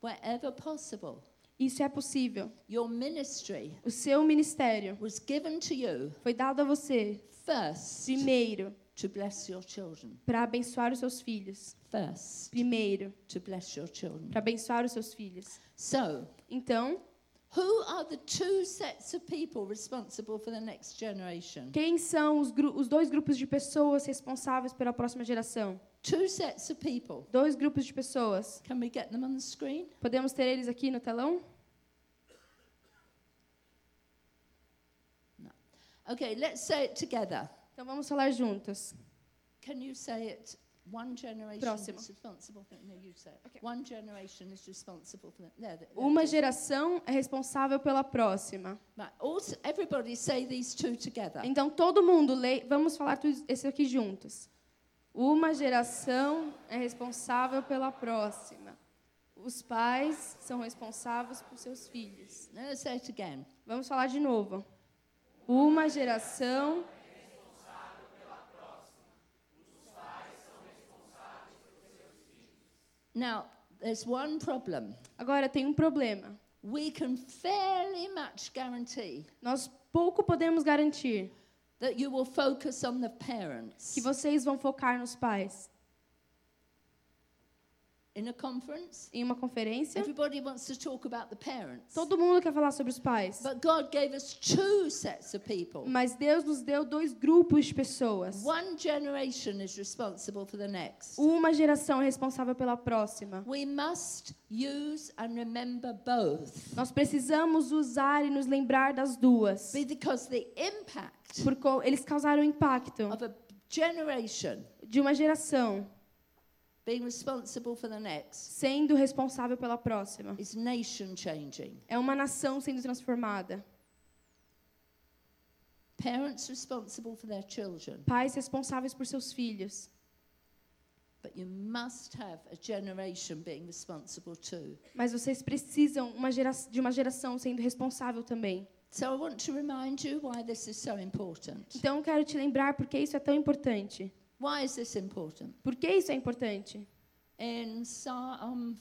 Speaker 2: wherever possible.
Speaker 3: Isso é possível.
Speaker 2: Your ministry
Speaker 3: O seu ministério
Speaker 2: was given to you
Speaker 3: foi dado a você
Speaker 2: first
Speaker 3: primeiro
Speaker 2: to bless your children.
Speaker 3: para abençoar os seus filhos.
Speaker 2: First
Speaker 3: Primeiro
Speaker 2: to bless your children.
Speaker 3: para abençoar os seus filhos.
Speaker 2: So,
Speaker 3: Então,
Speaker 2: who are the two sets of people responsible for the next generation?
Speaker 3: quem são os, gru- os dois grupos de pessoas responsáveis pela próxima geração?
Speaker 2: Two sets of people.
Speaker 3: Dois grupos de pessoas.
Speaker 2: Can we get them on the screen?
Speaker 3: Podemos ter eles aqui no telão?
Speaker 2: Okay, let's say it together.
Speaker 3: Então vamos falar juntos.
Speaker 2: Can you say it? One generation
Speaker 3: Próximo.
Speaker 2: is responsible for No, you say it.
Speaker 3: Okay.
Speaker 2: One generation is responsible for that. There, there,
Speaker 3: Uma
Speaker 2: there.
Speaker 3: geração é responsável pela próxima.
Speaker 2: Right, also, everybody say these two together.
Speaker 3: Então, todo mundo, lei, vamos falar tudo isso aqui juntos. Uma geração é responsável pela próxima. Os pais são responsáveis por seus filhos.
Speaker 2: Let's say it again.
Speaker 3: Vamos falar de novo. Uma geração.
Speaker 2: Now, there's one problem.
Speaker 3: Agora tem um problema.
Speaker 2: We can fairly much guarantee
Speaker 3: Nós pouco podemos garantir
Speaker 2: that you will focus on the
Speaker 3: que
Speaker 2: parents.
Speaker 3: vocês vão focar nos pais.
Speaker 2: In a conference,
Speaker 3: Em uma conferência,
Speaker 2: everybody wants to talk about the parents.
Speaker 3: todo mundo quer falar sobre os pais.
Speaker 2: But God gave us two sets of people.
Speaker 3: Mas Deus nos deu dois grupos de pessoas.
Speaker 2: One generation is responsible for the next.
Speaker 3: Uma geração é responsável pela próxima.
Speaker 2: We must use and remember both
Speaker 3: Nós precisamos usar e nos lembrar das duas.
Speaker 2: because the impact
Speaker 3: Porque eles causaram impacto
Speaker 2: of a generation
Speaker 3: de uma geração
Speaker 2: being responsible for the next
Speaker 3: sendo responsável pela próxima.
Speaker 2: is nation changing.
Speaker 3: É uma nação sendo transformada.
Speaker 2: Parents responsible for their children.
Speaker 3: Pais responsáveis por seus filhos.
Speaker 2: But you must have a generation being responsible too.
Speaker 3: Mas vocês precisam uma gera- de uma geração sendo responsável também.
Speaker 2: So I want to remind you why this is so important.
Speaker 3: Então eu quero te lembrar por que isso é tão importante.
Speaker 2: Why is this important?
Speaker 3: Por que isso é importante?
Speaker 2: In Psalm,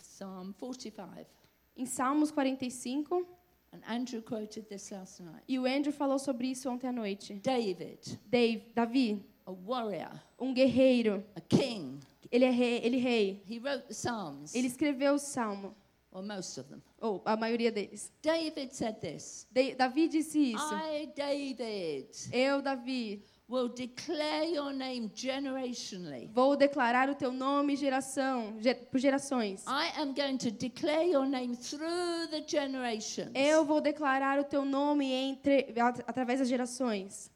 Speaker 2: Psalm 45,
Speaker 3: Em Salmos 45,
Speaker 2: and Andrew quoted this last night.
Speaker 3: e o Andrew falou sobre isso ontem à noite.
Speaker 2: David,
Speaker 3: Dave, Davi,
Speaker 2: a warrior,
Speaker 3: um guerreiro,
Speaker 2: a king,
Speaker 3: ele é rei, ele é rei.
Speaker 2: he wrote the Psalms,
Speaker 3: Ele escreveu o salmo,
Speaker 2: or most of them.
Speaker 3: ou a maioria deles.
Speaker 2: David said this
Speaker 3: Da- Davi disse isso.
Speaker 2: I, David,
Speaker 3: Eu, Davi,
Speaker 2: will declare your name generationally.
Speaker 3: vou declarar o teu nome geração, ge- por gerações.
Speaker 2: I am going to declare your name through the generations.
Speaker 3: Eu vou declarar o teu nome entre at- através das gerações.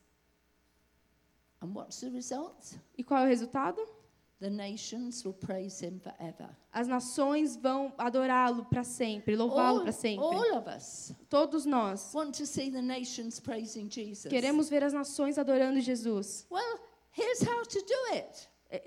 Speaker 2: And what's the result?
Speaker 3: E qual é o resultado?
Speaker 2: The nations will praise him forever.
Speaker 3: As nações vão adorá-lo para sempre, louvá-lo para sempre.
Speaker 2: all of us
Speaker 3: Todos nós
Speaker 2: want to see the nations praising Jesus.
Speaker 3: queremos ver as nações adorando Jesus.
Speaker 2: Well, here's how to do it.
Speaker 3: Eh.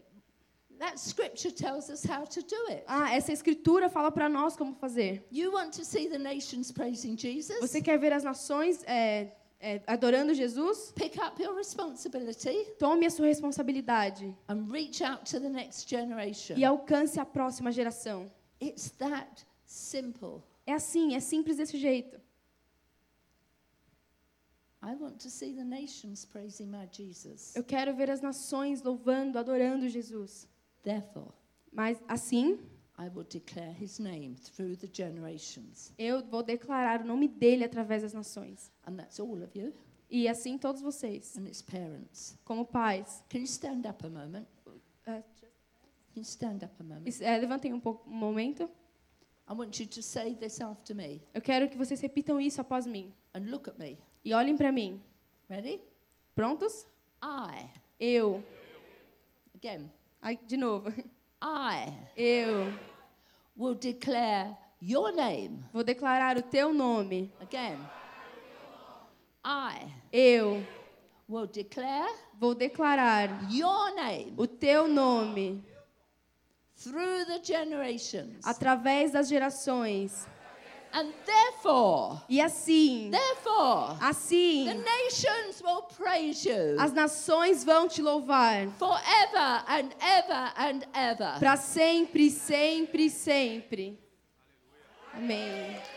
Speaker 2: That scripture tells us how to do it.
Speaker 3: Ah, essa escritura fala para nós como fazer.
Speaker 2: You want to see the nations praising Jesus?
Speaker 3: Você quer ver as nações é, é, adorando Jesus?
Speaker 2: Pick up your responsibility
Speaker 3: Tome a sua responsabilidade
Speaker 2: and reach out to the next generation.
Speaker 3: e alcance a próxima geração.
Speaker 2: It's that simple.
Speaker 3: É assim, é simples desse jeito.
Speaker 2: I want to see the nations praising my Jesus.
Speaker 3: Eu quero ver as nações louvando, adorando Jesus.
Speaker 2: Therefore,
Speaker 3: Mas assim,
Speaker 2: I will declare his name through the generations.
Speaker 3: eu vou declarar o nome dele através das nações.
Speaker 2: And that's all of you
Speaker 3: E assim todos vocês,
Speaker 2: and its parents.
Speaker 3: como pais.
Speaker 2: Can you stand up a moment?
Speaker 3: É,
Speaker 2: Can you stand up a moment?
Speaker 3: es- é, levantem um, pouco, um momento.
Speaker 2: I want you to say this after me
Speaker 3: Eu quero que vocês repitam isso após mim.
Speaker 2: and look at me.
Speaker 3: E olhem para mim.
Speaker 2: Ready?
Speaker 3: Prontos?
Speaker 2: I,
Speaker 3: Eu.
Speaker 2: again,
Speaker 3: Ai, de novo.
Speaker 2: I
Speaker 3: Eu.
Speaker 2: will declare your name.
Speaker 3: Vou declarar o teu nome.
Speaker 2: Again, I
Speaker 3: Eu
Speaker 2: will declare
Speaker 3: vou declarar
Speaker 2: your name
Speaker 3: o teu nome
Speaker 2: through the generations.
Speaker 3: através das gerações.
Speaker 2: And therefore,
Speaker 3: E assim,
Speaker 2: therefore, the
Speaker 3: assim,
Speaker 2: nations will praise you
Speaker 3: as nações vão te louvar
Speaker 2: forever and ever and ever.
Speaker 3: para sempre, sempre, sempre. Amém.